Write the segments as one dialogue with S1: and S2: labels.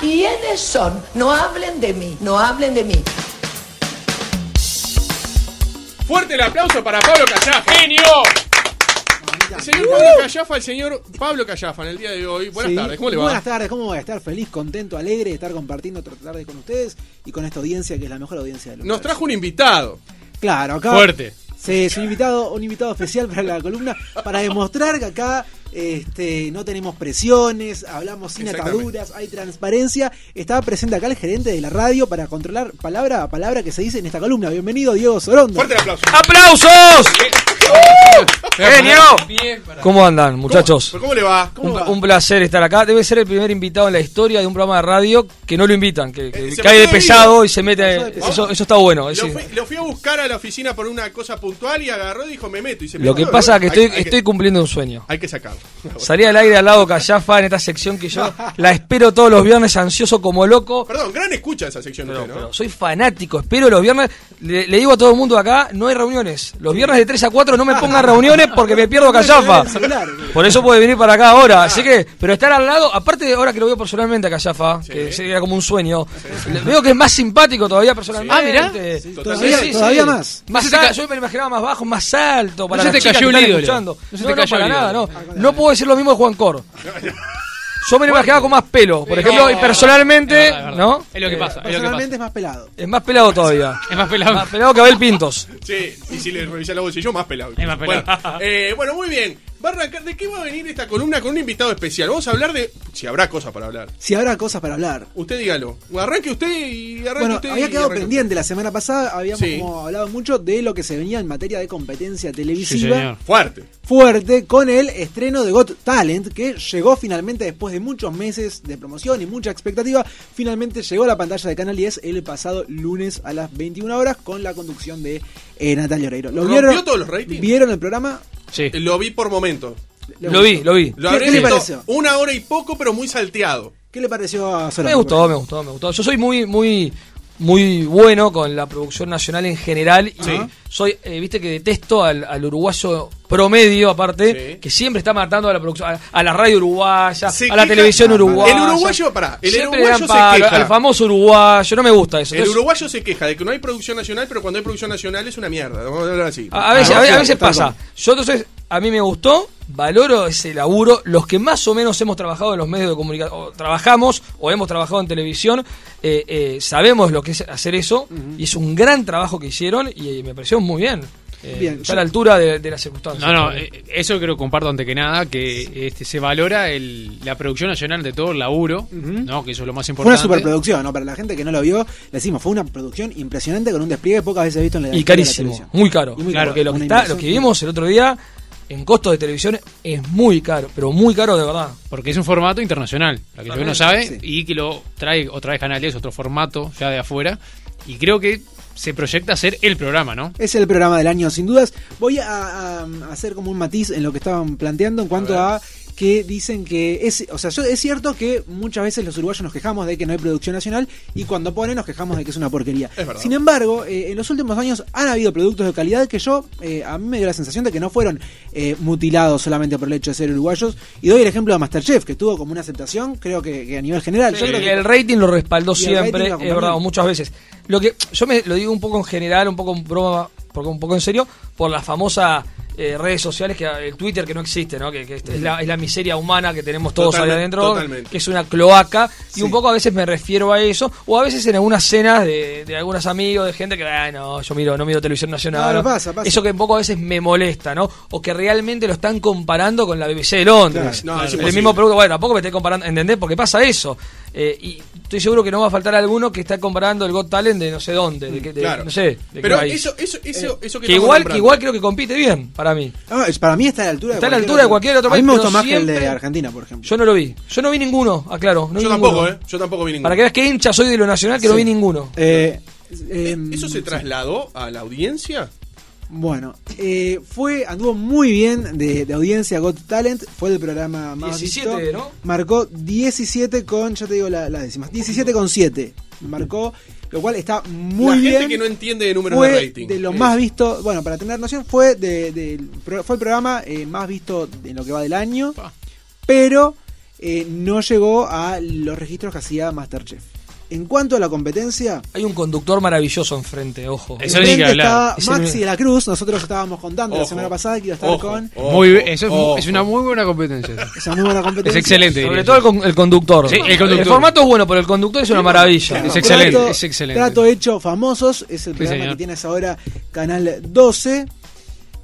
S1: ¿Quiénes son? No hablen de mí, no hablen de mí.
S2: Fuerte el aplauso para Pablo Callafa. ¡Genio! El señor Pablo Callafa, el señor Pablo Callafa en el día de hoy. Buenas
S3: Sí.
S2: tardes, ¿cómo le va?
S3: Buenas tardes, ¿cómo voy a estar? Feliz, contento, alegre de estar compartiendo otra tarde con ustedes y con esta audiencia que es la mejor audiencia del mundo.
S2: Nos trajo un invitado.
S3: Claro, acá.
S2: Fuerte.
S3: Sí, es un invitado, un invitado especial para la columna para demostrar que acá este, no tenemos presiones, hablamos sin
S2: Exactamente.
S3: ataduras, hay transparencia. Estaba presente acá el gerente de la radio para controlar palabra a palabra que se dice en esta columna. Bienvenido, Diego Sorondo.
S2: Fuerte el aplauso.
S4: ¡Aplausos! ¡Ah! ¡Genio! ¿Cómo andan, muchachos?
S2: ¿Pero ¿Cómo le va?
S3: ¿Cómo
S4: un,
S3: va?
S4: un placer estar acá. Debe ser el primer invitado en la historia de un programa de radio que no lo invitan, que, que
S2: Eh, se
S4: cae
S2: metió
S4: de
S2: de
S4: pesado y se
S3: Pasó de
S4: mete.
S3: pesado.
S4: Eso, eso está bueno. es
S2: Lo
S4: decir,
S2: fui, lo fui a buscar a la oficina por una cosa puntual y agarró y dijo, me meto. Y se
S4: lo
S2: metió.
S4: que pasa es que
S2: Hay-
S4: estoy,
S2: hay
S4: estoy cumpliendo un sueño.
S2: Hay que sacarlo.
S4: Salí al aire al lado Callafa en esta sección que yo la espero todos los viernes ansioso como loco.
S2: Perdón, gran escucha esa sección usted, ¿no?
S4: Pero soy fanático, espero los viernes. Le, le digo a todo el mundo acá, no hay reuniones. Los viernes de 3 a 4 no me pongan reuniones porque me pierdo Callafa.
S3: Celular.
S4: Por eso puede venir para acá ahora. Así que, pero estar al lado, aparte de ahora que lo veo personalmente a Callafa, que sí, era como un sueño, le- veo que es más simpático todavía personalmente.
S5: Ah, mirá.
S4: Sí,
S3: Todavía,
S4: sí, sí.
S3: todavía más.
S4: Más
S5: No se te
S4: al-
S5: ca-
S4: yo me lo imaginaba más bajo, más alto, para
S5: se
S4: las
S5: te
S4: chicas
S5: cayó un
S4: que están
S5: ídolo.
S4: escuchando.
S5: No
S4: No,
S5: se
S4: no,
S5: te cayó
S4: para
S5: un
S4: nada, no.
S5: ídolo.
S4: No puedo decir lo mismo de Juan Cor. Yo me lo imaginaba con más pelo, por ejemplo, y personalmente,
S5: Es verdad, es verdad.
S4: ¿no?
S5: Es lo que
S4: Eh,
S5: pasa, es lo que
S3: Personalmente
S5: pasa.
S3: es más pelado.
S4: Es más pelado todavía.
S5: Es más pelado.
S4: Más pelado que Abel Pintos.
S2: Sí, y si le revisás la bolsillo, más pelado.
S5: Es más pelado.
S2: Bueno, eh, bueno, muy bien. Va a arrancar- ¿De qué va a venir esta columna con un invitado especial? Vamos a hablar de... Si habrá cosas para hablar.
S3: Si habrá cosas para hablar.
S2: Usted dígalo. Arranque usted y arranque
S3: Bueno,
S2: usted.
S3: había
S2: y
S3: quedado
S2: arranque
S3: pendiente la semana pasada, habíamos
S2: Sí.
S3: como hablado mucho de lo que se venía en materia de competencia
S5: Sí,
S3: televisiva
S5: señor.
S2: usted. Fuerte.
S3: fuerte con el estreno de Got Talent, que llegó finalmente después de muchos meses de promoción y mucha expectativa, finalmente llegó a la pantalla de Canal 10 el pasado lunes a las 21 horas con la conducción de eh, Natalia Oreiro. ¿Lo
S2: ¿Rompió
S3: vieron?
S2: todos los ratings?
S3: ¿Vieron el programa?
S5: Sí.
S2: Eh, Lo vi por momentos.
S3: ¿Le
S4: Lo vi,
S3: gustó?
S4: lo vi.
S2: Lo
S3: ¿Qué-
S2: habré
S3: qué le
S2: visto
S3: pareció?
S2: Una hora y poco, pero muy salteado.
S3: ¿Qué le pareció a Solano?
S4: Me gustó, me gustó, me gustó. Yo soy muy, muy, muy bueno con la producción nacional en general. Y
S2: Sí.
S4: Soy, eh, viste que detesto al, al uruguayo promedio, aparte,
S2: Sí.
S4: que siempre está matando a la producción, a, a la radio uruguaya,
S2: Se
S4: a la
S2: queja-
S4: televisión
S2: Ah,
S4: uruguaya.
S2: el uruguayo, pará, el
S4: Siempre
S2: uruguayo
S4: dan
S2: se
S4: palo,
S2: queja.
S4: El famoso uruguayo, no me gusta eso.
S2: El
S4: Entonces,
S2: uruguayo se queja de que no hay producción nacional, pero cuando hay producción nacional es una mierda. Vamos a hablar así.
S4: A, a veces,
S3: Ah,
S4: a, ve- a
S3: claro,
S4: veces
S3: tal
S4: pasa.
S3: cual.
S4: Yo entonces, a mí me gustó, valoro ese laburo. Los que más o menos hemos trabajado en los medios de comunicación, o trabajamos o hemos trabajado en televisión, eh, eh, sabemos lo que es hacer eso. Y es un gran trabajo que hicieron y eh, me pareció muy bien. Eh,
S3: Bien,
S4: está
S3: yo-
S4: a la altura de, de las circunstancias.
S5: No, no, eh, eso creo que comparto antes que nada, que este, se valora el- la producción nacional de todo el laburo, eh, ¿no? que eso es lo más
S3: Fue una
S5: importante.
S3: superproducción, ¿no? Para la gente que no lo vio, le decimos, fue una producción impresionante con un despliegue pocas veces visto en la
S4: y
S3: historia de la
S4: carísimo,
S3: televisión.
S4: muy caro.
S3: Y muy
S4: Porque lo que,
S3: Una
S4: está, lo que
S3: inversión.
S4: vimos el otro día en costos de televisión es muy caro, pero muy caro de verdad.
S5: Porque es un formato internacional, para que yo no sabe,
S3: sí.
S5: y que lo trae otra vez Canal 10, otro formato ya de afuera, y creo que se proyecta ser el programa, ¿no?
S3: Es el programa del año, sin dudas. Voy a, a- a hacer como un matiz en lo que estaban planteando en cuanto a, que dicen que es, o sea, yo- es cierto que muchas veces los uruguayos nos quejamos de que no hay producción nacional y cuando ponen nos quejamos de que es una porquería.
S2: Es verdad.
S3: Sin embargo, eh, en los últimos años han habido productos de calidad que yo eh, a mí me dio la sensación de que no fueron eh, mutilados solamente por el hecho de ser uruguayos. Y doy el ejemplo de Masterchef que tuvo como una aceptación, creo que, que a nivel general. yo creo
S4: Y
S3: que-
S4: el rating lo
S3: Y
S4: respaldó
S3: el
S4: siempre,
S3: rating lo
S4: es verdad,
S3: acompañó.
S4: o muchas veces. Lo que yo me lo digo un poco en general, un poco en broma, porque un poco en serio, por las famosas eh, redes sociales, que el Twitter que no existe, ¿no? Que, que es, la, es la miseria humana que tenemos todos
S2: Totalmente,
S4: ahí adentro,
S2: totalmente.
S4: que es una cloaca, y un poco a veces me refiero a eso, o a veces en algunas cenas de, de algunos amigos, de gente que, ah, no, yo miro, no miro televisión
S3: No,
S4: nacional.
S3: no, pasa, pasa.
S4: Eso que un poco a veces me molesta, ¿no? O que realmente lo están comparando con la BBC de Londres.
S2: Claro, no, es
S4: el
S2: imposible.
S4: mismo producto, bueno, tampoco me estoy comparando, ¿entendés? Porque pasa eso. eh, y estoy seguro que no va a faltar alguno que está comparando el Got Talent de no sé dónde, de, que- de-
S2: claro.
S4: no sé, de qué
S2: Pero
S4: país.
S2: eso, eso,
S3: Eh,
S2: eso, eso que
S4: que
S2: estamos
S4: igual, que
S2: nombrando.
S4: igual creo que compite bien para mí.
S3: No, es- para mí está a la altura
S4: Está a
S3: de
S4: la
S3: cualquier
S4: altura de cualquier otro
S3: A mí
S4: país,
S3: me
S4: pero
S3: gustó más que el de
S4: siempre-
S3: Argentina, por ejemplo.
S4: Yo no lo vi. Yo no vi ninguno, aclaro. No
S2: Yo
S4: vi
S2: tampoco,
S4: ninguno.
S2: ¿eh? Yo tampoco vi ninguno.
S4: Para que veas qué hincha soy de lo nacional que no
S3: Sí.
S4: vi ninguno.
S3: Eh,
S2: Eh,
S3: em,
S2: ¿Eso se trasladó a la audiencia?
S3: Bueno, eh, fue, anduvo muy bien de, de audiencia Got Talent, fue el programa más
S4: 17,
S3: visto.
S4: ¿no?
S3: Marcó 17 con, ya te digo la- las décimas, 17 con 7. Marcó, lo cual está muy
S2: la
S3: bien.
S2: gente que no entiende de números
S3: fue
S2: de rating.
S3: de lo
S2: Eh,
S3: más visto, bueno, para tener noción, fue, de, del pro- fue el programa eh, más visto en lo que va del año,
S2: Pa.
S3: pero eh, no llegó a los registros que hacía Masterchef. En cuanto a la competencia,
S4: Hay un conductor maravilloso enfrente, ojo.
S5: Eso ni
S3: enfrente
S5: que hablar.
S3: estaba
S4: Ese
S3: Maxi
S4: ni-
S3: de la Cruz, nosotros estábamos contando la
S2: Ojo.
S3: semana pasada que iba a estar
S2: Ojo.
S3: con
S2: Ojo,
S5: Muy bien, eso es,
S2: ojo.
S5: es una muy buena competencia.
S3: esa muy buena competencia.
S5: Es excelente.
S4: Sobre
S5: diría
S4: todo
S5: yo.
S4: el, con- el conductor.
S5: Sí, el conductor.
S4: formato es bueno, pero el conductor es una maravilla.
S5: Es
S3: Trato-
S5: excelente, es excelente.
S3: Trato hecho famosos, es el programa
S5: señor.
S3: que tienes ahora Canal 12.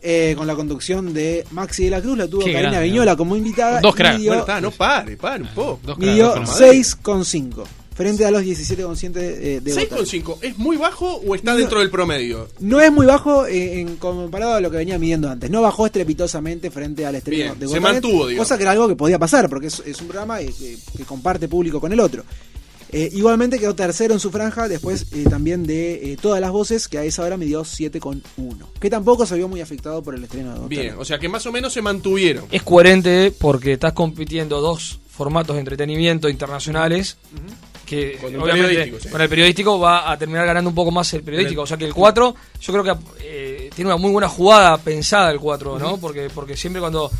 S3: eh, con la conducción de Maxi de la Cruz, la tuvo
S5: Qué
S3: Karina
S5: grande,
S3: Viñola como invitada.
S5: Dos
S3: y
S5: cracks.
S3: dio-
S2: Bueno, está, no pare, pare un poco.
S5: Dos caras,
S3: Midió
S5: dos caras.
S3: 6,5 frente a los 17,7 eh, de, de Botafogo.
S2: 6,5. ¿Es muy bajo o está dentro del promedio?
S3: No es muy bajo eh, en comparado a lo que venía midiendo antes. No bajó estrepitosamente frente al estreno
S2: Bien,
S3: de
S2: se
S3: Gotanet,
S2: mantuvo, digamos.
S3: Cosa que era algo que podía pasar, porque es, es un programa eh, que, que comparte público con el otro. Eh, igualmente quedó tercero en su franja, después eh, también de eh, todas las voces, que a esa hora midió 7,1. Que tampoco se vio muy afectado por el estreno de Gotanet.
S2: Bien, o sea que más o menos se mantuvieron.
S4: Es coherente porque estás compitiendo dos formatos de entretenimiento internacionales que
S2: Con el
S4: obviamente
S2: periodístico, sí.
S4: con el periodístico va a terminar ganando un poco más el periodístico. O sea que el 4, yo creo que eh, tiene una muy buena jugada pensada el 4, ¿no? Porque, porque siempre cuando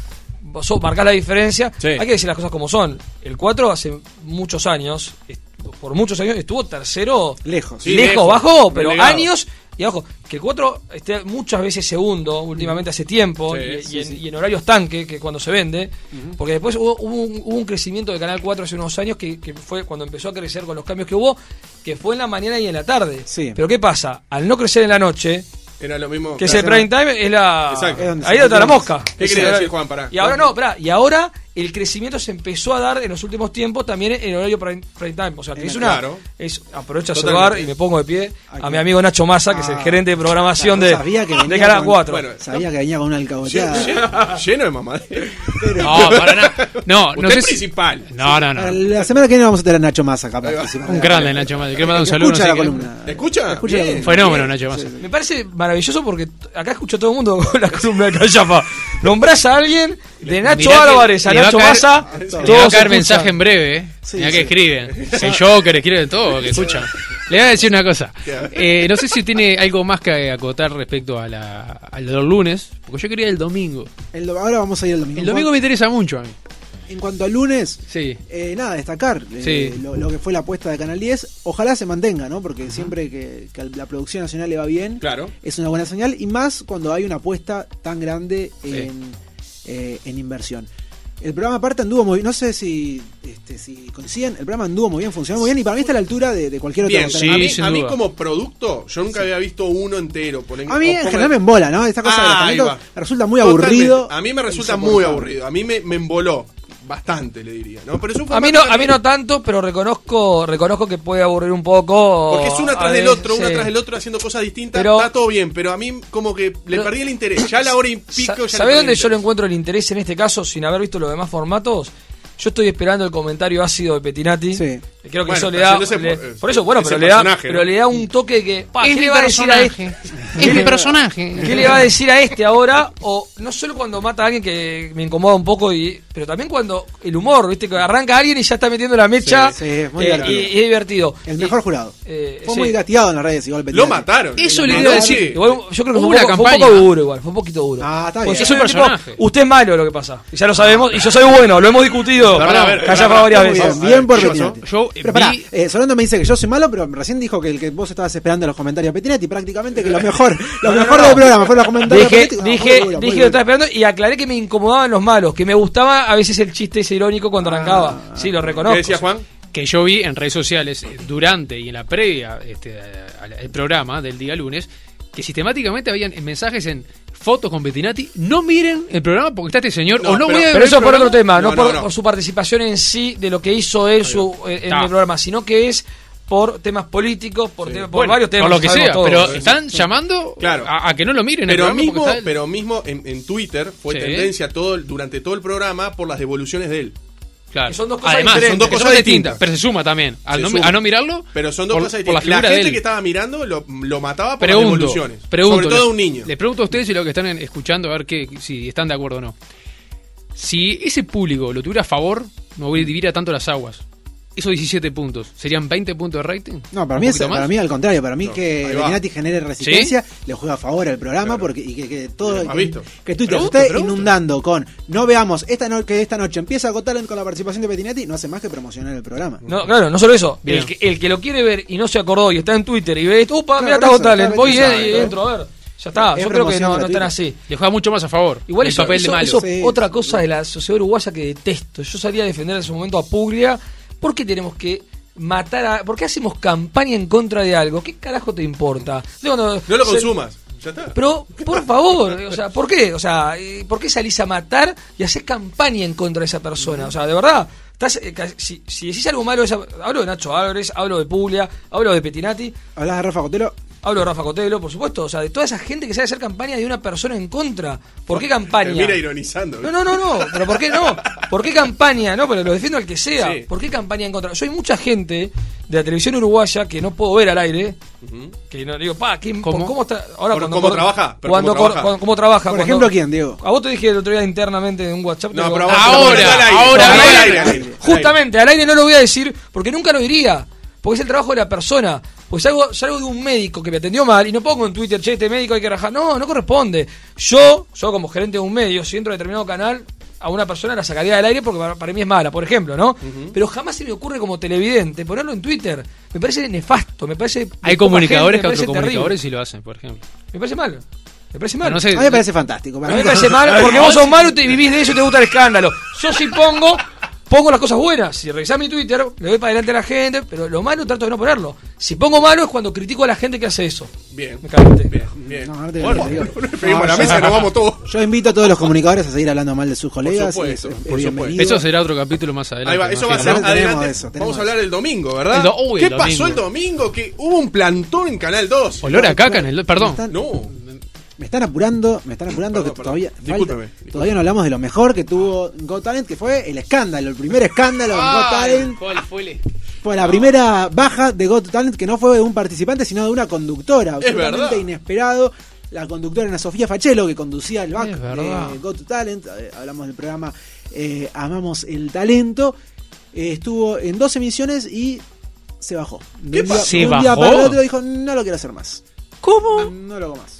S4: vos so- marcás la diferencia,
S5: Sí.
S4: hay que decir las cosas como son. El 4 hace muchos años, est- por muchos años, estuvo tercero
S3: Lejos.
S2: Sí,
S4: lejos,
S2: lejos,
S4: bajo, pero
S2: relegado.
S4: años. Y ojo, que el 4 esté muchas veces segundo, últimamente hace tiempo,
S2: Sí,
S4: y, y
S2: sí,
S4: en, y en horarios tanque, que es cuando se vende. Porque después hubo, hubo un, hubo un crecimiento de Canal 4 hace unos años, que, que fue cuando empezó a crecer con los cambios que hubo, que fue en la mañana y en la tarde.
S3: Sí.
S4: Pero ¿qué pasa? Al no crecer en la noche,
S2: Era lo mismo.
S4: que es el
S2: Claro.
S4: prime time, es la.
S2: Exacto. Es
S3: donde
S4: Ahí
S3: se
S4: está la
S3: metió.
S4: mosca.
S2: ¿Qué
S4: Es
S2: quería
S4: el-
S2: decir, Juan? Pará.
S4: Y ahora no, pará. Y ahora el crecimiento se empezó a dar en los últimos tiempos también en horario prime, prime time. O sea, que
S3: En
S4: es
S3: el-
S4: una.
S2: claro.
S4: Es, aprovecho a
S2: Totalmente.
S4: saludar y me pongo de pie
S3: Ahí
S4: a mi
S3: está.
S4: amigo Nacho Massa, que es el
S3: Ah.
S4: gerente de programación
S3: Claro,
S4: de,
S3: sabía que
S4: de
S3: venía
S4: Canal
S3: con-
S4: 4.
S2: bueno,
S3: Sabía que venía con una
S2: Lleno,
S3: alcaboteada.
S2: lleno- lleno de mamadera.
S5: No, para nada. No, no
S2: Usted
S5: sé
S2: es
S5: si-
S2: principal.
S5: No, no,
S3: Para
S5: no.
S3: La semana que viene vamos a tener a Nacho Massa acá.
S2: va.
S3: participando.
S5: Un grande Nacho Massa. Quiero mandar un
S3: Que
S5: saludo.
S3: escucha
S5: no
S3: la
S5: sé qué-
S3: columna.
S2: ¿Te escucha?
S3: Escucha la
S2: Bien.
S3: columna.
S5: Fenómeno Nacho Massa.
S4: Me parece maravilloso porque t- acá escucha todo el mundo con la columna de Callafa. Nombrás a alguien de Nacho
S5: Mirá que
S4: Álvarez a
S5: le va a
S4: Nacho
S5: caer-
S4: Massa.
S5: Le va a
S4: todos
S5: caer
S4: escuchan.
S5: mensaje en breve, ¿eh?
S3: Sí,
S5: Mirá
S3: sí.
S5: que escriben. El Joker, escriben todo, que escuchan. Le voy a decir una cosa. Eh, no sé si tiene algo más que acotar respecto a la, al de los lunes, porque yo quería el domingo.
S3: El do- ahora vamos a ir al domingo.
S5: El domingo me interesa mucho a mí.
S3: En cuanto al lunes,
S5: Sí.
S3: Eh, nada, destacar eh,
S5: Sí.
S3: lo, lo que fue la apuesta de Canal 10. Ojalá se mantenga, ¿no? Porque siempre que, que a la producción nacional le va bien,
S2: Claro.
S3: es una buena señal. Y más cuando hay una apuesta tan grande en, eh, en inversión. El programa aparte anduvo muy bien, no sé si, este, si coinciden, el programa anduvo muy bien, funcionó muy bien y para mí está a la altura de, de cualquier otro.
S2: Bien,
S5: sí,
S3: programa.
S2: a, mí,
S5: sin
S2: a mí
S5: duda.
S2: como producto, yo nunca había visto uno entero. por ejemplo.
S3: A mí
S2: O
S3: en
S2: pongan-
S3: general me embola, ¿no? Esta cosa de los
S2: Ah, ahí
S3: talentos
S2: va.
S3: me resulta muy
S2: Totalmente.
S3: aburrido.
S2: A mí me resulta muy
S3: insoportable.
S2: aburrido. A mí me, me emboló bastante, le diría. ¿no? Pero es un
S4: A mí, no, a mí no tanto, pero reconozco, reconozco que puede aburrir un poco.
S2: Porque es una
S4: a
S2: tras del
S4: veces,
S2: otro, una
S4: sí.
S2: tras del otro haciendo cosas distintas.
S4: Pero-
S2: está todo bien, pero a mí como que le
S4: Pero-
S2: perdí el interés. Ya a la hora y
S4: Sa-
S2: pico ya
S4: ¿Sabés
S2: le perdí
S4: dónde yo
S2: el
S4: le
S2: interés.
S4: encuentro el interés en este caso sin haber visto los demás formatos? Yo estoy esperando el comentario ácido de Petinati.
S3: Sí.
S4: Creo que
S2: Bueno,
S4: eso le
S2: pero
S4: da.
S2: si no se
S4: le-
S2: po-
S4: por eso, bueno,
S2: ese
S4: pero le, da,
S2: personaje, ¿no?
S4: pero le da un toque de que. pa,
S5: Es
S4: ¿Qué
S5: mi
S4: le va a decir a
S5: personaje.
S4: este?
S5: Es mi personaje.
S4: ¿Qué le va a decir a este ahora? O no solo cuando mata a alguien que me incomoda un poco, y, pero también cuando el humor, ¿viste? Que arranca alguien y ya está metiendo la mecha.
S3: Sí, sí, es muy
S4: eh, y,
S3: divertido.
S4: y es divertido.
S3: El mejor jurado.
S4: Eh,
S3: fue
S4: sí.
S3: muy castigado en las redes, igual.
S2: Lo
S3: Petinati.
S2: mataron.
S5: Eso
S2: Lo
S5: le iba a
S2: mataron.
S5: decir.
S2: Sí.
S4: Igual, yo creo que
S5: Hubo
S4: fue un,
S5: una
S4: poco, fue un
S5: campaña.
S4: poco duro igual, fue un poquito duro.
S3: Ah, está
S4: Porque
S3: bien.
S4: yo soy
S5: Es un
S4: tipo,
S5: personaje.
S4: usted es malo lo que pasa. Y ya lo sabemos, y yo soy bueno, lo hemos discutido.
S5: Pará, a ver,
S4: Calla
S5: pará,
S4: varias
S3: Muy
S4: veces.
S3: bien,
S2: A ver,
S3: bien por
S2: ¿qué
S3: Petinati.
S5: pasó? Yo,
S4: Oh,
S5: eh,
S3: Pero pará,
S5: vi-
S3: eh, Solando me dice que yo soy malo, pero recién dijo que el que vos estabas esperando los comentarios de Petinati, prácticamente que lo mejor, lo mejor del programa fueron los comentarios de
S4: Dije,
S3: Petinati. No, muy
S4: dije,
S3: duro, muy
S4: dije
S3: duro.
S4: lo estaba esperando y aclaré que me incomodaban los malos, que me gustaba a veces el chiste ese irónico cuando
S5: Ah.
S4: arrancaba. Sí, lo reconozco.
S2: ¿Qué decía Juan?
S5: que yo vi en redes sociales eh, durante y en la previa este, al al programa del día lunes, que sistemáticamente habían mensajes en fotos con Bettinati. No miren el programa porque está este señor.
S4: No,
S5: o no
S4: pero,
S5: voy a
S4: pero
S5: ver
S4: eso
S5: el
S4: por otro
S5: programa.
S4: tema, no, por, por su participación en sí de lo que hizo él su, eh, en
S5: Está.
S4: el programa, sino que es por temas políticos, por, temas- por
S5: Bueno,
S4: varios temas.
S5: por lo que
S4: sabemos
S5: sea,
S4: todos.
S5: pero están llamando a, a que no lo miren. el
S6: Pero
S5: programa
S6: mismo,
S5: porque está-
S6: pero mismo en, en Twitter fue
S5: Sí.
S6: tendencia todo el- durante todo el programa por las devoluciones de él.
S5: Claro.
S6: son dos cosas
S5: Además,
S6: diferentes,
S5: son dos
S6: que
S5: cosas
S6: son
S5: distintas,
S6: distintas.
S5: pero se suma también. Al
S6: Se
S5: no,
S6: suma.
S5: a no mirarlo,
S6: Pero son dos
S5: por-
S6: cosas
S5: por la
S6: distintas.
S5: figura
S6: la,
S5: de
S6: gente
S5: él.
S6: que estaba mirando lo, lo mataba por las
S5: pregunto,
S6: devoluciones.
S5: pregunto,
S6: sobre todo a
S5: les-
S6: un niño.
S5: Les pregunto a ustedes y lo que están en- escuchando, a ver qué, si están de acuerdo o no. Si ese público lo tuviera a favor, no hubiera tanto las aguas. Esos 17 puntos, ¿serían 20 puntos de rating?
S3: No, para
S5: ¿Un
S3: mí, es,
S5: poquito más?
S3: para mí al contrario, para mí que
S5: ahí va.
S3: Bettinati genere resistencia, le juega a favor al programa porque y que, que todo
S6: Has
S3: que,
S6: visto.
S3: que Twitter
S6: Pregunto,
S3: esté
S6: pregunto.
S3: inundando con no veamos esta no- que esta noche empieza Got Talent con la participación de Bettinati, no hace más que promocionar el programa.
S4: No, claro, no solo eso.
S3: Bien.
S4: El que, el que lo quiere ver y no se acordó y está en Twitter y ve, upa,
S3: Claro,
S4: mira, está
S3: por
S4: Got
S3: eso,
S4: Talent,
S3: está
S4: voy
S3: bien,
S4: eh,
S3: exacto.
S4: entro, a ver. Ya está,
S5: Es
S4: yo creo que
S5: promoción
S4: no, no están
S5: gratuita.
S4: así.
S5: Le juega mucho más a favor.
S4: Igual
S5: el
S4: eso,
S5: papel
S4: eso-
S5: de malo.
S4: eso otra cosa de la sociedad uruguaya que detesto. Yo salía a defender en su momento a Puglia. ¿Por qué tenemos que matar a.? ¿Por qué hacemos campaña en contra de algo? ¿Qué carajo te importa? Digo,
S6: No lo
S4: se-
S6: consumas. Ya está.
S4: Pero, por favor, o sea, ¿por qué? O sea, eh, ¿por qué salís a matar y haces campaña en contra de esa persona? O sea, de verdad, estás, eh, ca- si, si decís algo malo, de esa, hablo de Nacho Álvarez, hablo de Puglia, hablo de Petinati.
S3: ¿Hablas de Rafa Cotelo?
S4: Hablo de Rafa Cotelo, por supuesto. O sea, de toda esa gente que sabe hacer campaña de una persona en contra. ¿Por qué campaña?
S6: Te mira ironizando.
S4: No, no, no, no. ¿Pero por qué no? ¿Por qué campaña? No, pero lo defiendo al que sea.
S6: Sí.
S4: ¿Por qué campaña en contra? Yo hay mucha gente de la televisión uruguaya que no puedo ver al aire. Que no digo, pa, ¿qué, ¿cómo? ¿cómo está? Ahora,
S6: Por
S4: cuando
S6: cómo
S4: cor-
S6: trabaja, pero
S4: cuando
S6: cómo
S4: cor-
S6: trabaja.
S4: cuando- cómo trabaja,
S3: Por
S4: cuando-
S3: ejemplo, ¿quién, Diego?
S4: A vos te dije el otro día internamente en un WhatsApp.
S6: No,
S4: te digo,
S6: pero a vos te lo
S4: ahora,
S6: mandó al aire. Al
S4: ahora, al
S6: aire,
S4: aire.
S6: al aire.
S4: Justamente, al aire no lo voy a decir porque nunca lo diría. Porque es el trabajo de la persona. Pues salgo, salgo de un médico que me atendió mal y no pongo en Twitter, che, este médico hay que rajar. No, no corresponde. Yo, yo como gerente de un medio, si entro a determinado canal, a una persona la sacaría del aire porque para, para mí es mala, por ejemplo, ¿no? Pero jamás se me ocurre como televidente ponerlo en Twitter. Me parece nefasto, me parece.
S5: Hay
S4: poca
S5: comunicadores
S4: gente,
S5: que
S4: me parece terrible.
S5: autocomunicadores y lo hacen, por ejemplo.
S4: Me parece mal. Me parece mal.
S5: No sé. A mí me parece
S3: fantástico.
S4: A mí me parece mal porque vos sos malo, te vivís de eso y te gusta el escándalo. Yo sí pongo, pongo las cosas buenas. Si revisás mi Twitter, le doy para adelante a la gente, pero lo malo trato de no ponerlo. Si pongo malo es cuando critico a la gente que hace eso.
S6: Bien.
S4: Me cagaste.
S6: Bien.
S3: No, no te-
S6: Bueno,
S3: te digo.
S6: no le peguemos a la mesa, nos vamos todos.
S3: Yo invito a todos los comunicadores a seguir hablando mal de sus colegas.
S6: supuesto,
S3: es- es
S6: por
S3: bienvenido.
S6: supuesto.
S5: Eso será otro capítulo más adelante.
S6: Ahí va, eso va a
S5: imagino,
S6: ser
S5: ¿no?
S6: adelante.
S3: eso, tenemos
S6: Vamos a hablar el domingo, ¿verdad?
S5: El do- uy,
S6: ¿Qué
S5: el
S6: pasó
S5: domingo.
S6: el domingo? Que hubo un plantón en Canal 2.
S5: Olor a caca en el. Perdón.
S3: Están-
S6: No.
S3: Me están apurando, me están apurando que todavía falta-
S6: Discúlpeme,
S3: todavía no hablamos de lo mejor que tuvo Got Talent, que fue el escándalo, el primer escándalo en Got Talent.
S5: ¿Cuál fue el-
S3: Fue la primera baja de Got Talent que no fue de un participante, sino de una conductora. absolutamente
S6: verdad.
S3: inesperado. La conductora era Sofía Fachelo, que conducía el back
S5: Es verdad.
S3: de Got Talent. Eh, Hablamos del programa eh, Amamos el Talento. Eh, estuvo en dos emisiones y se bajó. De
S5: ¿Qué
S3: un día-
S5: pasó?
S3: de
S5: ¿Se
S3: un día
S5: bajó?
S3: para el otro dijo, no lo quiero hacer más. Ah,
S4: ¿Cómo?
S3: No lo hago más.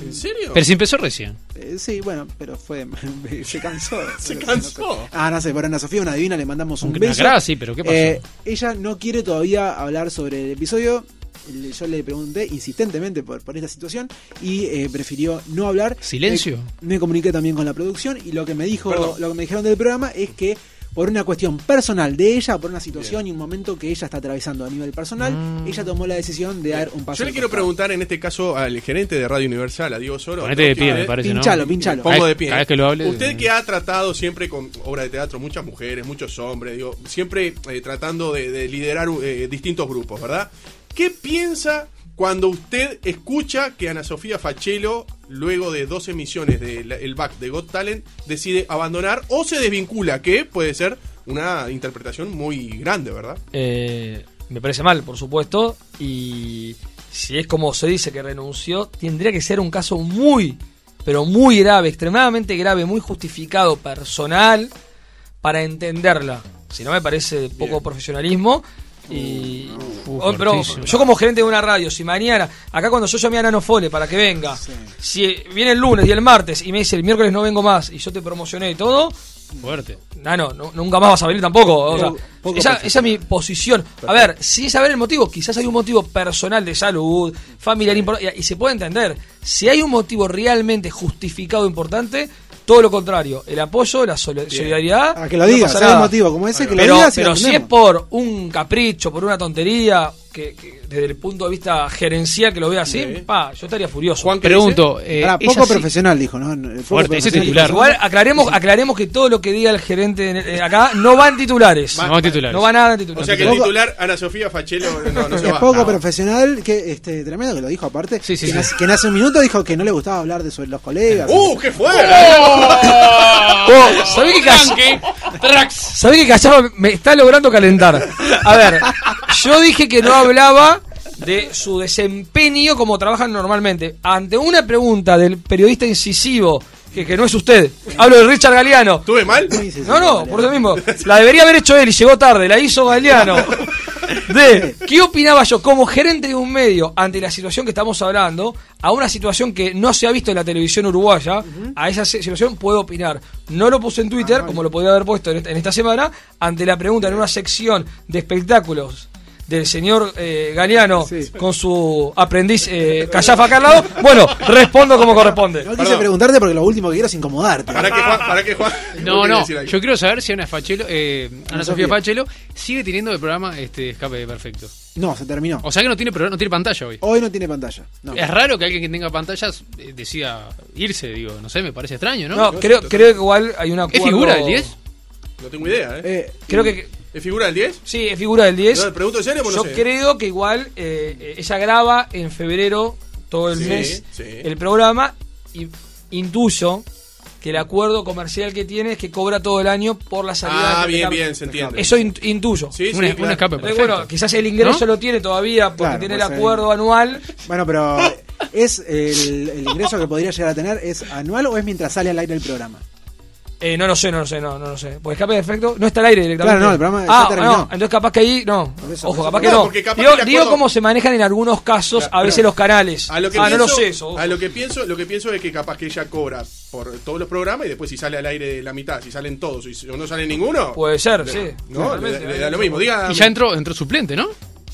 S6: ¿En serio?
S5: Pero si empezó recién.
S3: Eh, sí, bueno, pero fue. se cansó.
S6: Se cansó.
S3: Ah, no sé, pero Ana Sofía, una divina, le mandamos un
S5: Una
S3: beso.
S5: crack, sí, pero ¿qué pasó?
S3: Eh, ella no quiere todavía hablar sobre el episodio. Le- Yo le pregunté insistentemente por, por esta situación y eh, prefirió no hablar.
S5: Silencio.
S3: Eh, me comuniqué también con la producción y lo que me dijo,
S6: Perdón.
S3: lo que me dijeron del programa es que por una cuestión personal de ella, por una situación y un momento que ella está atravesando a nivel personal,
S5: Mm.
S3: ella tomó la decisión de dar un
S6: Eh,
S3: paso.
S6: Yo le
S3: al
S6: quiero
S3: costado.
S6: preguntar en este caso al gerente de Radio Universal, a Diego Soro. ¿Eh?
S5: Ponete de pie, me parece, ¿no?
S3: eh, Pinchalo, pinchalo.
S6: Pongo
S5: Cada-
S6: de pie.
S5: cada vez que lo hable- eh.
S6: Usted que ha tratado siempre con obra de teatro muchas mujeres, muchos hombres, digo, siempre eh, tratando de, de liderar eh, distintos grupos, ¿verdad? ¿Qué piensa cuando usted escucha que Ana Sofía Fachelo, luego de dos emisiones del back de Got Talent, decide abandonar o se desvincula? Que puede ser una interpretación muy grande, ¿verdad?
S4: Eh, me parece mal, por supuesto. Y si es como se dice que renunció, tendría que ser un caso muy, pero muy grave, extremadamente grave, muy justificado, personal, para entenderla. Si no, me parece poco profesionalismo. Y. Oh, pero
S5: fuertísimo.
S4: yo, como gerente de una radio, si mañana, acá cuando yo llamé a Nano Fole para que venga, si viene el lunes y el martes y me dice el miércoles no vengo más y yo te promocioné y todo,
S5: Fuerte.
S4: Nano, Ah, no, nunca más vas a venir tampoco. o sea,
S3: Poco- poco
S4: esa, esa es mi posición. A ver, sin saber el motivo, quizás hay un motivo personal de salud, familiar importante, y y se puede entender. Si hay un motivo realmente justificado importante, todo lo contrario, el apoyo, la soli- solidaridad.
S3: A que lo
S4: no
S3: digas,
S4: pasa
S3: sea el
S4: nada.
S3: motivo como ese, que lo
S4: pero,
S3: digas y lo
S4: pero si es
S3: atendemos.
S4: por un capricho, por una tontería, que, que desde el punto de vista gerencial que lo vea así, pa, yo estaría furioso.
S3: Juan, ¿qué
S5: Pregunto,
S3: dice?
S5: eh,
S3: Pará,
S5: ¿es
S3: poco
S5: así?
S3: profesional, dijo, ¿no? Fue
S5: Fuerte, ese
S3: profesional.
S5: titular.
S4: Igual aclaremos, aclaremos que todo lo que diga el gerente en el- eh, acá no van titulares.
S6: Va- No van titulares.
S4: No va nada en titulares.
S6: O sea que el titular Ana Sofía Fachelo no, no se
S3: es
S6: va.
S3: poco profesional, que este, tremendo que lo dijo aparte. que, Nace, que hace un minuto dijo que no le gustaba hablar de sobre los colegas.
S6: ¡Uh, qué fuerte!
S4: Oh, ¿Sabés qué cas- ¿Sabés que Cachapa me está logrando calentar? A ver, yo dije que no hablaba de su desempeño como trabajan normalmente. Ante una pregunta del periodista incisivo, que, que no es usted, hablo de Richard Galeano.
S6: ¿Tuve mal?
S4: No, no, por eso mismo. La debería haber hecho él y llegó tarde, la hizo Galeano. De qué opinaba yo como gerente de un medio ante la situación que estamos hablando, a una situación que no se ha visto en la televisión uruguaya, a esa se- situación puedo opinar. No lo puse en Twitter, como lo podía haber puesto en esta, en esta semana, ante la pregunta en una sección de espectáculos del señor eh, Galeano con su aprendiz eh, Callafa acá al lado. Bueno, respondo como corresponde.
S3: No quise preguntarte porque lo último que quiero es incomodarte.
S6: ¿Para qué Juan? ¿Para qué Juan?
S5: No,
S6: ¿Qué quiere
S5: no.
S6: decir ahí?
S5: Yo quiero saber si Ana Fachelo, eh, Ana Sofía
S3: Sofía.
S5: Fachelo sigue teniendo el programa este escape perfecto.
S3: No, se terminó.
S5: O sea que no tiene programa, no tiene pantalla
S6: Oh,
S5: hoy.
S3: Hoy no tiene pantalla. No.
S5: Es raro que alguien que tenga pantallas eh, decida irse, digo, no sé, me parece extraño, ¿no?
S4: No, creo, creo que igual hay una
S5: ¿Es figura del 10?
S6: No tengo idea, ¿eh?
S4: creo que-
S6: ¿Es figura del 10?
S4: Sí, es figura del 10.
S6: No, te pregunto en serio, porque
S4: Yo
S6: pues no sé.
S4: creo que igual eh, eh, ella graba en febrero todo el
S6: Sí,
S4: mes
S6: sí.
S4: el programa y intuyo que el acuerdo comercial que tiene es que cobra todo el año por la
S6: Ah,
S4: salida. que
S6: bien,
S4: tenga-
S6: bien, se entiende.
S4: Eso in- intuyo.
S6: Sí, sí, Una- claro. un escape
S4: Pero
S6: perfecto.
S4: Bueno, quizás el ingreso
S3: ¿No?
S4: lo tiene todavía porque
S3: Claro,
S4: tiene el
S3: puede ser.
S4: acuerdo anual.
S3: Bueno, pero eh, ¿es el, el ingreso que podría llegar a tener es anual o es mientras sale al aire el programa?
S4: Eh, no lo sé, no lo sé, no, no lo sé. Pues escape de efecto no está al aire directamente.
S3: Claro, no, el programa ya
S4: ah,
S3: terminó.
S4: no, entonces capaz que ahí no.
S3: eso,
S4: Ojo,
S3: por eso.
S4: capaz que
S3: Claro,
S4: no.
S3: porque capaz
S4: digo
S3: que el
S4: digo
S3: acuerdo-
S4: cómo se manejan en algunos casos a veces los canales.
S6: A lo que
S4: ah,
S6: pienso,
S4: no lo sé eso.
S6: A lo que pienso, lo que pienso es que capaz que ella cobra por todos los programas y después si sale al aire la mitad, si salen todos y si- o no sale ninguno.
S4: Puede ser,
S6: le-
S4: sí.
S6: No, le,
S4: Realmente,
S6: le da lo mismo. Diga.
S5: Y ya entró, entró suplente, ¿no?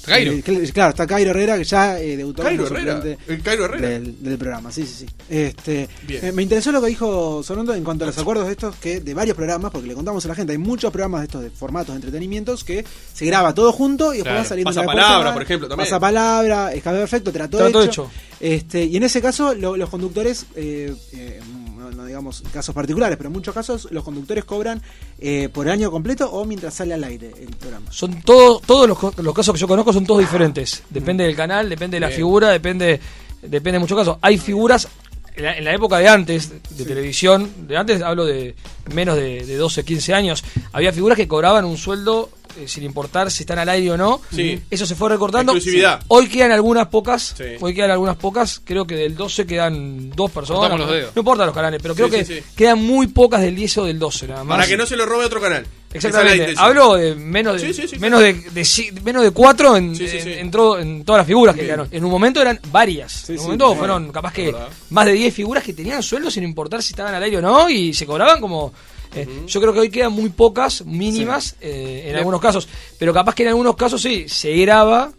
S5: Cairo.
S3: Eh, cl- claro, está Cairo Herrera que ya eh, debutó como
S6: Cairo Herrera,
S3: suplente
S6: el Cairo Herrera.
S3: Del, del programa, sí, sí, sí. Este,
S6: Bien.
S3: eh, me interesó lo que dijo Sorondo en cuanto a los acuerdos de estos que de varios programas, porque le contamos a la gente, hay muchos programas de estos de formatos de entretenimientos que se graba todo junto y después
S6: Claro.
S3: va saliendo
S6: Pasa
S3: una
S6: palabra,
S3: cosa,
S6: por ejemplo, también.
S3: Pasa palabra, escape perfecto, trato,
S4: Trato
S3: hecho.
S4: hecho.
S3: Este, y en ese caso, lo- los conductores, eh, eh, no, no digamos casos particulares, pero en muchos casos los conductores cobran eh, por el año completo o mientras sale al aire el programa.
S4: Son todos todos los, co- los casos que yo conozco son todos diferentes. Depende del canal, depende de la
S3: Bien.
S4: figura, depende depende de muchos casos. Hay figuras en la, en la época de antes de televisión, de antes hablo de menos de, de 12, 15 años, había figuras que cobraban un sueldo eh, sin importar si están al aire o no.
S6: Sí.
S4: Eso se fue recortando.
S6: Exclusividad.
S4: Hoy quedan algunas pocas,
S6: Sí.
S4: hoy quedan algunas pocas, creo que del 12 quedan dos personas.
S6: Cortamos los dedos.
S4: No importa los canales, pero creo
S6: Sí,
S4: que
S6: sí, sí.
S4: quedan muy pocas del 10 o del 12 nada más.
S6: Para que no se lo robe otro canal. Esa
S4: Exactamente.
S6: es la intención.
S4: Hablo de menos de,
S6: Sí, sí, sí,
S4: menos
S6: claro.
S4: de, de si- menos de cuatro en,
S6: Sí, sí, sí.
S4: en- entró en todas las figuras que
S6: Bien.
S4: quedaron. En un momento eran varias. en
S6: sí,
S4: un momento
S6: claro.
S4: fueron capaz que
S6: Verdad.
S4: más de 10 figuras que tenían sueldo sin importar si estaban al aire o no y se cobraban como... eh, Yo creo que hoy quedan muy pocas, mínimas, eh, en
S5: Bien.
S4: algunos casos. Pero capaz que en algunos casos sí, se graba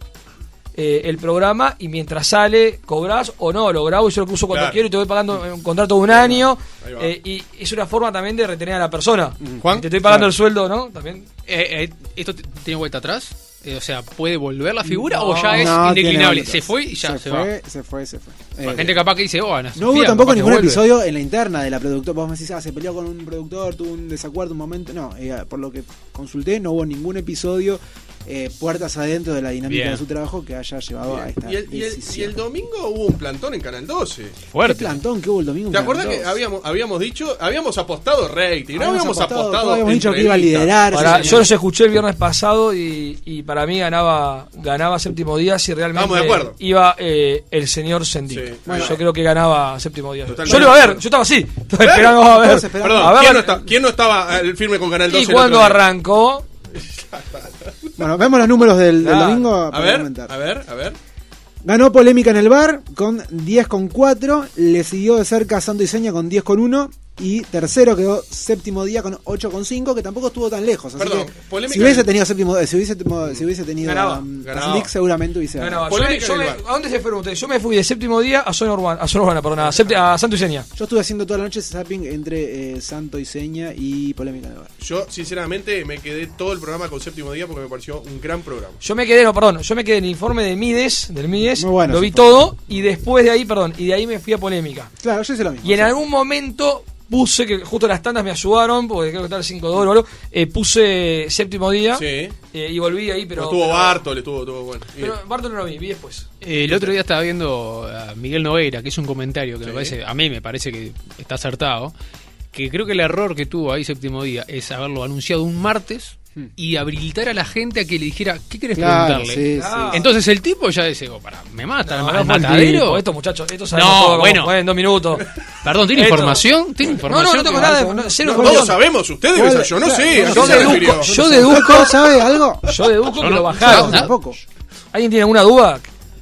S4: eh, el programa y mientras sale cobras o no, lo grabo y yo lo uso cuando
S5: Claro.
S4: quiero y te voy pagando eh, un contrato de un año.
S5: Ahí va.
S4: eh, y es una forma también de retener a la persona.
S5: Juan.
S4: Te estoy pagando
S5: Claro.
S4: el sueldo, ¿no? También.
S5: Eh, eh, ¿Esto t- tiene vuelta atrás? Eh, o sea, ¿puede volver la figura
S3: No.
S5: o ya es
S3: No, tiene
S5: indeclinable?
S3: vueltas.
S5: Se fue y ya se, va.
S3: fue, Se fue, se fue.
S5: La
S3: Eh,
S5: gente capaz que dice, oh, Ana
S3: No hubo
S5: Sofía,
S3: tampoco
S5: capaz que
S3: ningún
S5: vuelve.
S3: episodio en la interna de la productora. Vos me decís, ah, se peleó con un productor, tuvo un desacuerdo, un momento. No, eh, por lo que consulté, no hubo ningún episodio eh, puertas adentro de la dinámica
S6: Bien.
S3: de su trabajo que haya llevado a esta.
S6: Y el, y el-
S3: decisión.
S6: y el domingo hubo un plantón en Canal 12.
S3: ¿Qué plantón que hubo el domingo?
S6: ¿Te acuerdas
S3: Plantón.
S6: que habíamos, habíamos dicho, habíamos apostado rating, no habíamos apostado,
S3: habíamos dicho que iba a
S6: entrevista?
S3: liderar.
S4: Para-
S3: sí,
S4: yo
S3: señor.
S4: los escuché el viernes pasado y, y para mí ganaba ganaba séptimo día si realmente
S6: Estamos de acuerdo.
S4: iba eh, el señor Sendik.
S6: bueno.
S4: yo creo que ganaba séptimo día.
S6: Totalmente.
S4: Yo lo iba a ver, yo estaba así. Estaba
S6: Claro.
S4: esperando a ver.
S6: Perdón,
S4: a ver.
S6: ¿quién, no está- quién no estaba eh, firme con Canal 12?
S4: y
S6: el
S4: cuando
S6: otro día?
S4: arrancó,
S3: Bueno, vemos los números del, del
S6: Claro.
S3: domingo.
S6: A
S3: para
S6: ver,
S3: comentar.
S6: a ver, a ver.
S3: Ganó polémica en el bar con 10 con 4. Le siguió de cerca Santo Iseña con 10 con 1. Y tercero quedó séptimo día con 8,5, que tampoco estuvo tan lejos. Así
S6: Perdón,
S3: que
S6: polémica
S3: si hubiese
S6: del-
S3: tenido séptimo, eh, si hubiese, temo- si hubiese tenido
S4: Ganaba,
S3: um,
S4: ganaba.
S3: Slick, seguramente hubiese
S4: No,
S3: ganado.
S4: no, yo me- yo me- ¿A dónde se fueron ustedes? Yo me fui de séptimo día a Zona Urbana, a, Zona Urbana, perdón, a, septi- a Santa Eugenia.
S3: Yo estuve haciendo toda la noche zapping entre eh, Santo y Seña y Polémica de Bar.
S6: Yo, sinceramente, me quedé todo el programa con séptimo día porque me pareció un gran programa.
S4: Yo me quedé, no, perdón, yo me quedé en el informe de Mides, del Mides,
S3: bueno
S4: lo
S3: ese
S4: vi todo y después de ahí, perdón, y de ahí me fui a polémica.
S3: Claro, yo hice lo mismo.
S4: Y en algún momento puse, que justo las tandas me ayudaron, porque creo que estaba el 5 de oro, o algo, eh, puse séptimo día
S6: Sí.
S4: eh, y volví ahí, pero...
S6: estuvo
S4: pero-
S6: Bartol, estuvo, estuvo bueno. Y-
S4: Pero Bartol no lo vi, vi después.
S5: Eh, El otro día estaba viendo a Miguel Noveira, que hizo un comentario que
S4: Sí.
S5: me parece, a mí me parece que está acertado, que creo que el error que tuvo ahí séptimo día es haberlo anunciado un martes
S4: Hmm.
S5: y habilitar a la gente a que le dijera, ¿qué querés
S3: Claro,
S5: preguntarle?
S3: sí, sí, sí.
S5: Entonces el tipo ya dice, oh, pará, me mata,
S4: Ah. No,
S5: al
S4: no fue el
S5: matadero.
S4: tipo, estos muchachos, estos
S5: no,
S4: sabemos todo cómo
S5: bueno.
S4: fue en dos minutos.
S5: Perdón, ¿tiene
S4: Esto-
S5: información? ¿Tiene
S4: No, no,
S5: información?
S4: no tengo nada de... no, cero
S6: No,
S4: información.
S6: todos sabemos, ustedes,
S4: Igual-
S6: o sea, yo no sé. ¿a
S4: Yo
S6: qué se
S4: deduzco,
S6: refirió?
S4: yo deduzco,
S3: ¿Usted sabe algo?
S4: yo deduzco que
S5: no-
S4: lo bajaron.
S5: no,
S3: Tampoco.
S4: ¿Alguien tiene alguna duda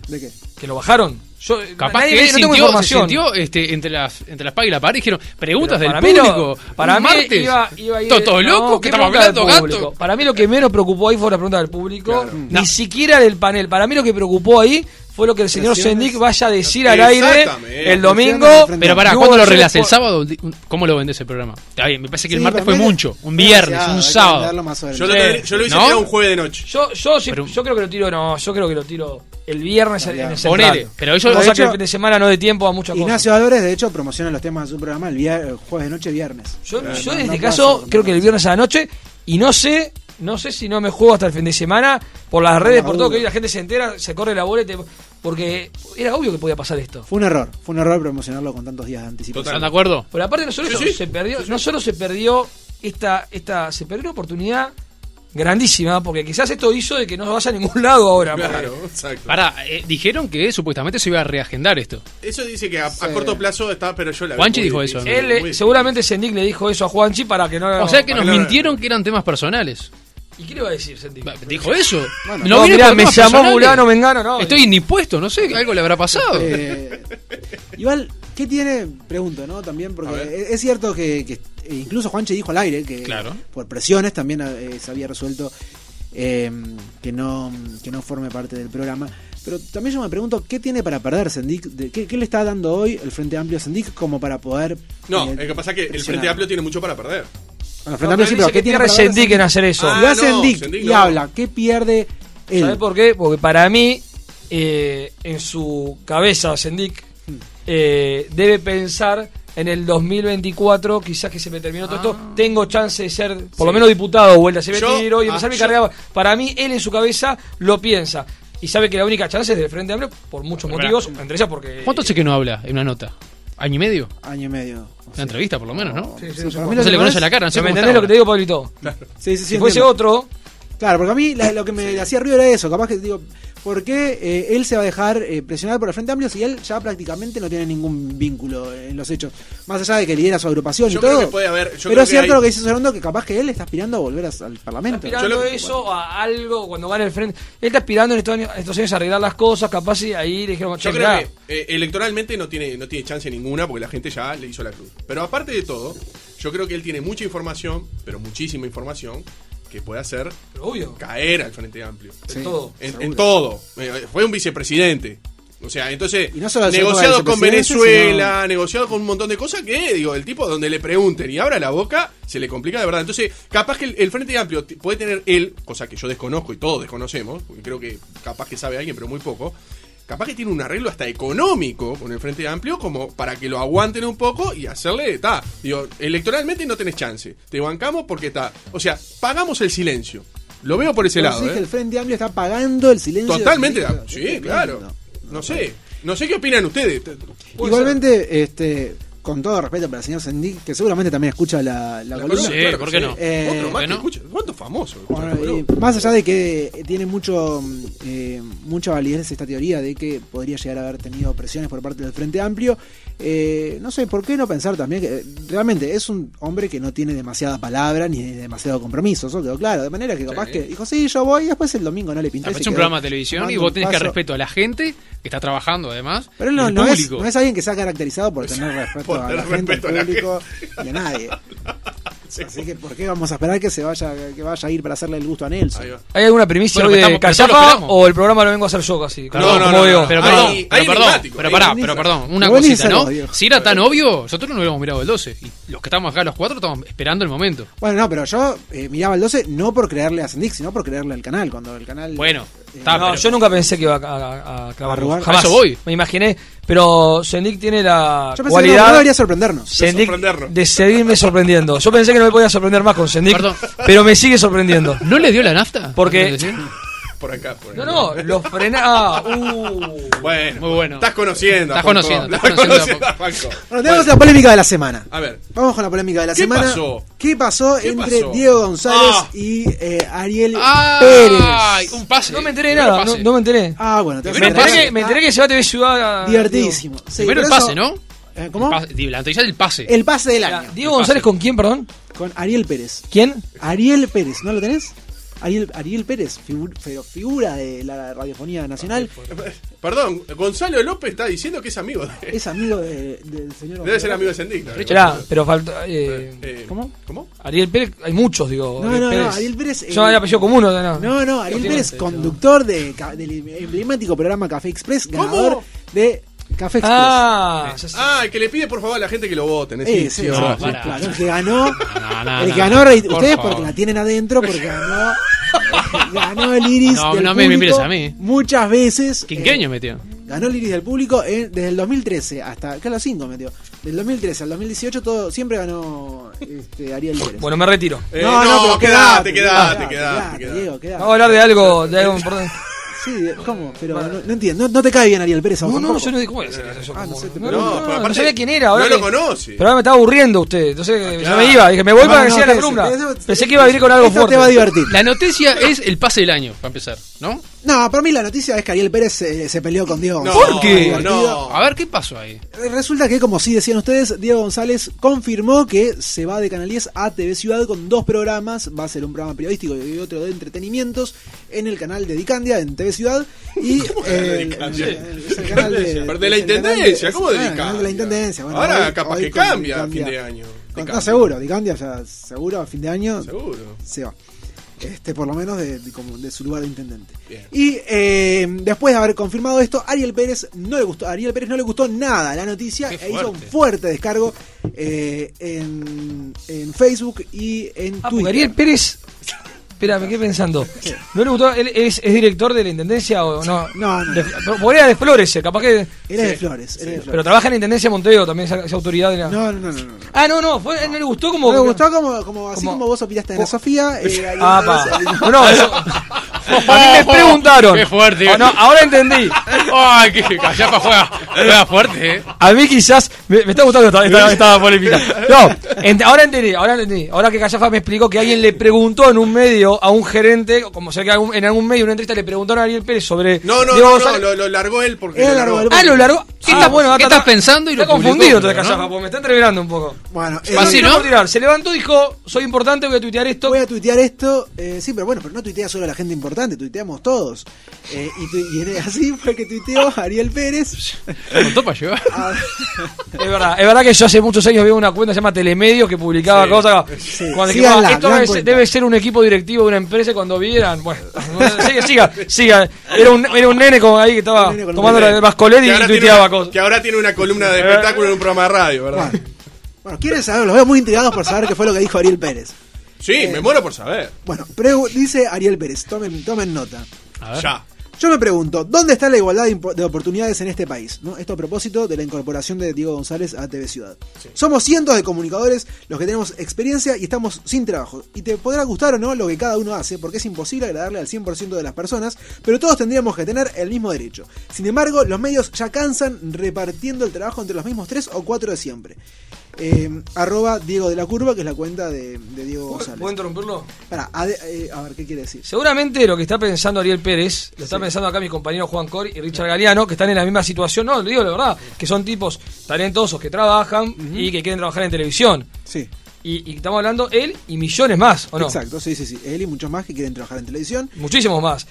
S3: ¿De qué?
S4: que lo bajaron? Yo,
S5: Capaz
S4: nadie-
S5: que él
S4: no tengo
S5: sintió, se
S4: información.
S5: sintió este, entre las entre las pagas y la pared dijeron preguntas
S4: Pero
S5: del
S4: para mí no-
S5: público.
S4: para
S5: un
S4: mí
S5: martes.
S4: iba, iba a ir-
S5: Toto
S4: no,
S5: loco, que
S4: ¿qué
S5: estamos
S4: pregunta del
S5: hablando
S4: público?
S5: gato.
S4: Para mí lo que menos preocupó ahí fue la pregunta del público, ni
S5: No.
S4: siquiera del panel. Para mí lo que preocupó ahí fue lo que el señor
S3: Presiones.
S4: Sendik vaya a decir al aire
S6: Exactamente.
S4: el
S3: Presiones
S4: domingo.
S3: frente
S5: Pero
S3: Pero
S5: pará,
S4: Y hubo
S5: ¿cuándo lo
S4: seis
S5: relás? ¿El
S4: por-
S5: sábado? ¿Cómo lo vendés el programa? Está bien, me parece que el
S3: Sí,
S5: martes fue
S3: para mí-
S5: mucho. Un
S3: Demasiado,
S5: viernes,
S3: hay
S5: un
S3: que
S5: sábado.
S3: darlo más sobre
S6: Yo
S3: el-
S6: lo, tendré- yo lo hice
S5: ¿No?
S6: tirar un jueves de noche.
S4: Yo, yo, sí-
S5: Pero-
S4: yo creo que lo tiro, no, yo creo que lo tiro el viernes en el central.
S5: Ponele, pero ellos-
S3: De
S4: Cosa que
S3: hecho-
S4: el fin de semana no de tiempo a muchas cosas.
S3: Ignacio Álvarez, de hecho, promociona los temas de su programa el, vier- el jueves de noche, viernes. Eh,
S4: Yo,
S3: Pero
S4: yo
S3: no-
S4: en
S3: no
S4: este
S3: pasa
S4: caso
S3: por
S4: creo que el
S3: martes.
S4: viernes a la noche y no sé, no sé si no me juego hasta el fin de semana por las redes, por todo que hoy la gente se entera, se corre la bola y te- porque era obvio que podía pasar esto.
S3: Fue un error, fue un error promocionarlo con tantos días de anticipación.
S5: ¿Están de acuerdo?
S4: Por aparte no solo
S6: Sí,
S4: eso,
S6: sí.
S4: se perdió, no solo se perdió esta esta se perdió una oportunidad grandísima porque quizás esto hizo de que no vaya a ningún lado ahora. porque-
S6: Claro, exacto.
S5: Pará, eh, dijeron que supuestamente se iba a reagendar esto.
S6: Eso dice que a, a corto plazo está, pero yo la veo
S5: Juanchi
S6: muy
S5: dijo
S6: difícil,
S5: eso, ¿no?
S4: Él,
S6: muy
S4: eh,
S6: difícil.
S4: seguramente Sendik le dijo eso a Juanchi para que no
S5: O sea que
S6: para
S5: nos
S6: que lo-
S5: mintieron que eran temas personales.
S4: ¿Y qué le iba a decir Sendik?
S5: Dijo eso.
S4: No,
S5: viene
S4: mirá,
S5: por
S4: me
S5: temas
S4: llamó
S5: personales.
S4: Mulano, Mengano, no. eh.
S5: Estoy indispuesto, no sé, algo le habrá pasado.
S3: Eh, igual, ¿qué tiene? Pregunto, ¿no? También,
S6: A
S3: porque e-,
S6: ver.
S3: es, es cierto que, que, eh, incluso Juanche dijo al aire que
S5: Claro.
S3: por presiones también eh, se había resuelto eh, que, no, que no forme parte del programa. Pero también yo me pregunto, ¿qué tiene para perder Sendik? De- ¿Qué, qué le está dando hoy el Frente Amplio a Sendik como para poder...
S6: No,
S3: eh,
S6: el que pasa es que el
S3: presionar?
S6: Frente Amplio tiene mucho para perder.
S3: Bueno, el
S4: No,
S3: Frente Amplio sí,
S4: pero
S3: pero
S4: dice
S3: ¿qué
S4: que
S3: tiene
S4: pierde
S3: para perder
S4: Sendik en hacer eso.
S6: Ah,
S3: Lo hace
S6: no,
S3: Sendik
S6: Sendik
S3: y
S6: no.
S3: habla, ¿qué pierde
S4: ¿Sabes
S3: él?
S4: por qué? Porque para mí, eh, en su cabeza, Sendik eh, debe pensar en el 2024, quizás que se me terminó todo esto,
S5: Ah.
S4: tengo chance de ser por lo menos diputado, vuelta, se me
S6: Yo-
S4: tiro y
S6: ah,
S4: empezar mi
S6: yo-
S4: carrera. Para mí, él en su cabeza lo piensa. Y sabe que la única chance es del Frente Amplio por muchos
S5: Pero,
S4: motivos, entre ellas porque...
S5: ¿Cuánto hace que no habla en una nota? ¿Año y medio?
S3: Año y medio.
S5: Una entrevista, por lo menos, ¿no?
S4: Sí, sí,
S3: Sí,
S4: sí,
S3: para
S4: sí.
S3: mí
S5: No
S3: lo
S5: se
S3: que
S5: le
S3: más-
S5: conoce la cara, no sé
S4: ¿Me
S5: cómo
S4: entendés
S5: está
S4: lo que te digo, Pablito?
S3: Sí, sí, sí,
S4: Si fuese
S3: entiendo.
S4: otro,
S3: Claro, porque a mí la- lo que me hacía ruido era eso. Capaz que digo, ¿por qué eh, él se va a dejar eh, presionar por el Frente Amplio si él ya prácticamente no tiene ningún vínculo en los hechos? Más allá de que lidera su agrupación
S6: Yo
S3: y
S6: creo
S3: todo.
S6: que puede haber- yo
S3: pero
S6: creo
S3: es cierto
S6: que hay-
S3: lo que dice Sorondo, que capaz que él está aspirando a volver a- al Parlamento.
S4: aspirando
S6: Yo lo-
S4: eso a algo cuando gane el frente. Él está aspirando en estos años, estos años a arreglar las cosas, capaz y ahí le dijeron,
S6: Yo
S4: "Che,
S6: creo
S4: mirá".
S6: que eh, electoralmente no tiene, no tiene chance ninguna porque la gente ya le hizo la cruz. Pero aparte de todo, yo creo que él tiene mucha información, pero muchísima información, que puede hacer
S4: Pero obvio,
S6: caer al Frente Amplio.
S4: de todo.
S6: En, en todo. Eh, Fue un vicepresidente. O sea, entonces,
S3: Y no solo se fue
S6: negociado
S3: al
S6: con
S3: vicepresidente,
S6: Venezuela, negociado con un montón de cosas que, digo, el tipo donde le pregunten y abra la boca, se le complica de verdad. Entonces, capaz que el, el Frente Amplio t- puede tener él, cosa que yo desconozco y todos desconocemos, porque creo que capaz que sabe alguien, pero muy poco. Capaz que tiene un arreglo hasta económico con el Frente Amplio como para que lo aguanten un poco y hacerle, está, digo, electoralmente no tenés chance. Te bancamos porque está. O sea, pagamos el silencio. Lo veo por ese
S3: Entonces
S6: lado.
S3: es
S6: ¿eh?
S3: que el Frente Amplio está pagando el silencio.
S6: Totalmente.
S3: del
S6: de-
S3: Frente Amplio.
S6: Sí,
S3: Qué
S6: claro.
S3: tremendo.
S6: No sé. No sé qué opinan ustedes.
S4: Puede
S3: Igualmente, este, con todo respeto para el señor Sendik, que seguramente también escucha la, la, columna.
S5: columna. Sí, ¿por qué no?
S3: Eh,
S6: Otro más que
S5: bueno.
S6: escucha. ¿Cuántos famosos? escuchan
S3: Bueno,
S6: la columna?
S3: y más allá de que eh, tiene mucho mm, eh, mucha validez esta teoría de que podría llegar a haber tenido presiones por parte del Frente Amplio, Eh, no sé, ¿por qué no pensar también que eh, realmente es un hombre que no tiene demasiada palabra ni demasiado compromiso? Eso quedó claro. De manera que capaz
S5: Sí.
S3: que dijo, sí, yo voy y después el domingo no le pinté.
S5: Aparte,
S3: se
S5: es un
S3: quedó
S5: programa de televisión y
S3: tomando
S5: vos
S3: un
S5: tenés que
S3: paso.
S5: respeto a la gente que está trabajando, además.
S3: Pero él no,
S5: el
S3: no es,
S5: público.
S3: no es alguien que se ha caracterizado por tener respeto
S5: Por
S3: a
S5: tener
S3: la gente, al
S5: respeto a la
S3: público y a nadie. Así que, ¿por qué vamos a esperar que se vaya que vaya a ir para hacerle el gusto a Nelson?
S4: ¿Hay alguna primicia
S3: Bueno,
S4: hoy
S3: pero
S4: de
S3: estamos- pero
S4: Cachafa
S3: estamos-
S4: o el programa lo vengo a hacer yo casi?
S5: Perdón,
S4: como
S5: como
S4: veo.
S5: Pero perdón, pero perdón, pero pará, pero perdón, una cosita, ¿no? Si era tan obvio, nosotros no hubiéramos mirado el 12. Y los que estamos acá, los cuatro, estamos esperando el momento.
S3: Bueno, no, pero yo eh, miraba el 12 no por creerle a Sendix, sino por creerle al canal. Cuando el canal. eh,
S5: Bueno,
S4: Está, no,
S3: pero-
S4: yo nunca pensé que iba a, a, a clavar
S3: A robar.
S4: luz. Jamás.
S3: A eso voy.
S4: Me imaginé. Pero Sendik tiene la
S3: Yo pensé que
S4: cualidad
S3: no debería sorprendernos.
S4: Sendik de seguirme sorprendiendo. Yo pensé que no me podía sorprender más con Sendik, pero me sigue sorprendiendo.
S5: ¿No le dio la nafta?
S4: Porque
S6: Por acá, por
S4: No, no, lo frena. Uh.
S6: Bueno,
S5: muy bueno.
S6: Estás conociendo. a
S4: Estás
S6: Juanco.
S4: conociendo,
S6: Estás
S4: estás conociendo
S6: conociendo a Juanco.
S3: Bueno, tenemos la polémica de la semana.
S6: A ver.
S3: Vamos con la polémica de la
S6: ¿Qué
S3: semana.
S6: pasó?
S3: ¿Qué pasó entre
S6: pasó?
S3: Diego González
S6: Ah.
S3: y eh, Ariel
S4: Ah. Ay,
S3: Pérez?
S5: un pase.
S4: No me enteré de nada, no, no me enteré.
S3: Ah, bueno, te
S4: me
S3: vas a
S4: enteré,
S3: enterar.
S4: que, me enteré que se va a TV Ciudad.
S3: Divertidísimo. Sí,
S5: Ah, Primero el
S3: por eso- Eh,
S5: pase, ¿no?
S3: ¿Cómo?
S5: La noticia del pase.
S3: El pase del año.
S4: Diego González con quién, perdón?
S3: Con Ariel Pérez.
S4: ¿Quién?
S3: Ariel Pérez, ¿no lo tenés? Ariel, Ariel Pérez, figu- pero figura de la radiofonía nacional,
S5: Ah, pues.
S6: Perdón, Gonzalo López está diciendo que es amigo de.
S3: es amigo de- del señor.
S6: Debe ser amigo de Sendic. ¿no?
S4: Esperá, pero falta. eh, ¿Cómo?
S6: ¿Cómo?
S4: Ariel Pérez, hay muchos, digo.
S3: No, no, no, Ariel Pérez. eh,
S4: Yo no había apellido común, no,
S5: Ah.
S4: no.
S3: No, no, Ariel Pérez, conductor de, ca- del emblemático programa Café Express, ganador de Café Express.
S4: Ah,
S6: ah, el que le pide por favor a la gente que lo voten. es
S3: Ese,
S6: decir,
S3: ese,
S6: sí,
S3: claro,
S6: sí, claro.
S3: el que ganó,
S6: No, no,
S3: el
S6: no,
S3: que ganó,
S6: no,
S3: rate-
S6: por
S3: ustedes
S6: favor.
S3: porque la tienen adentro, porque ganó, ganó el iris
S5: No,
S3: del
S5: no me- me mires
S3: público
S5: a mí.
S3: muchas veces.
S5: Quinqueño
S3: eh,
S5: metió.
S3: Ganó el Iris del público en- desde el 2013 hasta. Claro, 5 metió. Del 2013 al 2018 todo, siempre ganó este, Ariel Pérez.
S4: Bueno, me retiro.
S3: Eh, No, no, pero
S6: quedate, quedate,
S3: quedate, quedate,
S6: quedate,
S3: quedate,
S6: quedate.
S3: Diego, quedate.
S4: Vamos a hablar de algo, de algo importante.
S3: Sí, ¿cómo? Pero no, no entiendo. No, no te cae bien Ariel Pérez. a vos
S4: No, no,
S3: tampoco.
S4: yo no ¿cómo voy a decir eso? Yo
S3: Ah, no
S4: como-
S3: sé, te-
S4: no,
S3: pero-
S4: no,
S3: no, pero
S4: no,
S3: aparte
S4: sabía quién era. Ahora
S3: no lo Ah,
S4: me-
S3: conoce.
S4: Pero ahora me estaba aburriendo usted. Entonces ya
S5: claro.
S4: me iba. Dije, me voy
S5: No,
S4: para que
S5: no,
S4: sea la
S5: quédese,
S4: columna.
S5: quédese.
S4: Pensé que iba a venir con algo
S3: Esta te
S4: fuerte.
S3: va a divertir.
S5: La noticia es el pase del año, para empezar, ¿no?
S3: No, para mí la noticia es que Ariel Pérez eh, se, se peleó con Diego González.
S5: ¿Por qué?
S3: Oh.
S5: A ver, ¿qué pasó ahí?
S3: Resulta que, como sí decían ustedes, Diego González confirmó que se va de Canal 10 a TV Ciudad con dos programas. Va a ser un programa periodístico y otro de entretenimientos en el canal de Dicandia, en TV Ciudad. Y eh, es el canal de,
S6: Pero de la
S3: es el canal
S6: intendencia, ¿cómo de
S3: ah, el
S6: Dicandia?
S3: canal de la intendencia. Bueno,
S6: Ahora
S3: hoy-
S6: capaz
S3: hoy
S6: que
S3: con
S6: cambia a
S3: Dicandia.
S6: fin de año.
S3: Con-
S6: Dicandia.
S3: no, seguro, Dicandia ya seguro a fin de año
S6: Seguro.
S3: se va. Este, por lo menos de, de como de su lugar de intendente.
S6: Bien.
S3: Y eh, después de haber confirmado esto, Ariel Pérez no le gustó. A Ariel Pérez no le gustó nada la noticia
S5: Qué
S3: e hizo un
S5: fuerte.
S3: fuerte descargo eh, en, en Facebook y en
S4: Ah, porque
S3: Twitter.
S4: Ariel Pérez. Espera, me quedé pensando. ¿No le gustó? ¿Él es, es director de la intendencia o no?
S3: No, no.
S4: De, pero podría de Flores, eh, capaz que.
S3: Él es de Flores, él es de Flores.
S4: Pero trabaja en la intendencia de Montevideo también, esa, esa autoridad de la.
S3: No, no, no, no. no.
S4: Ah, no, no, fue, no le gustó como.
S3: No le gustó como, como así como, vos opinaste de la Sofía. eh, Ariel
S4: Ah,
S3: Pérez-
S4: pa. No, no, eso- A mí me preguntaron.
S5: Qué fuerte.
S4: Oh, no, ahora entendí.
S5: Ay, que Callafa juega, juega fuerte, ¿eh?
S4: A mí quizás me, me está gustando esta, esta- esta polémica. No, ent- ahora entendí, ahora entendí. Ahora que Callafa me explicó que alguien le preguntó en un medio a un gerente, como sé que algún- en algún medio, en una entrevista le preguntaron a Ariel Pérez sobre.
S6: No, no,
S4: Diego
S6: no, no,
S4: González.
S6: lo, lo largó él porque.
S3: Él
S6: lo
S3: largó el-
S4: Ah, lo largó.
S5: ¿Qué
S4: Ah,
S5: estás-
S4: bueno,
S5: qué
S4: está-
S5: estás pensando y
S4: está
S5: lo publicó,
S4: confundido entonces
S5: ¿no? ¿Ah,
S4: Callafa, porque me está entreverando un poco.
S3: Bueno,
S4: Yo
S3: eh,
S4: quiero tirar. Se levantó y dijo, soy importante, voy a tuitear esto.
S3: Voy a tuitear esto. eh, sí, pero bueno, pero no tuitea solo la gente importante, tuiteamos todos. Eh, y, tu- y en- así fue que tuiteó Ariel Pérez. Ah,
S5: Contó para llevar.
S4: Es verdad, es verdad que yo hace muchos años veo una cuenta que se llama Telemedios que publicaba
S5: Sí.
S4: cosas.
S5: Sí.
S4: Cuando
S3: Síganla,
S4: le dijimos, esto
S3: gran
S4: debe ser,
S3: cuenta".
S4: debe ser un equipo directivo de una empresa y cuando vieran. Bueno, siga, siga, siga. Era un, era un nene como ahí que estaba
S6: nene con un
S4: tomando
S6: nene.
S4: la bascolet
S6: Que
S4: y
S6: ahora tiene
S4: tuiteaba
S6: una-
S4: cosas.
S6: Que ahora tiene una columna de espectáculo en un programa de radio, ¿verdad?
S3: Bueno, quieren saber, los veo muy intrigados por saber qué fue lo que dijo Ariel Pérez.
S6: Sí, me muero por saber.
S3: Bueno, pregu- dice Ariel Pérez, tomen, tomen nota.
S6: Ya.
S3: Yo me pregunto, ¿dónde está la igualdad de impo- de oportunidades en este país? ¿No? Esto a propósito de la incorporación de Diego González a TV Ciudad. Somos cientos de comunicadores los que tenemos experiencia y estamos sin trabajo. Y te podrá gustar o no lo que cada uno hace, porque es imposible agradarle al 100% de las personas, pero todos tendríamos que tener el mismo derecho. Sin embargo, los medios ya cansan repartiendo el trabajo entre los mismos tres o cuatro de siempre. eh, arroba Diego de la Curva, que es la cuenta de, de Diego González.
S4: ¿Puedo interrumpirlo?
S3: Pará, a, de- eh, a ver, ¿qué quiere decir?
S4: Seguramente lo que está pensando Ariel Pérez, lo está pensando acá mis compañeros Juan Cori y Richard Galeano, que están en la misma situación, no, le digo la verdad, que son tipos talentosos que trabajan y que quieren trabajar en televisión.
S3: Sí.
S4: Y, y estamos hablando él y millones más, ¿o no?
S3: Exacto, sí, sí, sí. Él y muchos más que quieren trabajar en televisión.
S4: Muchísimos más.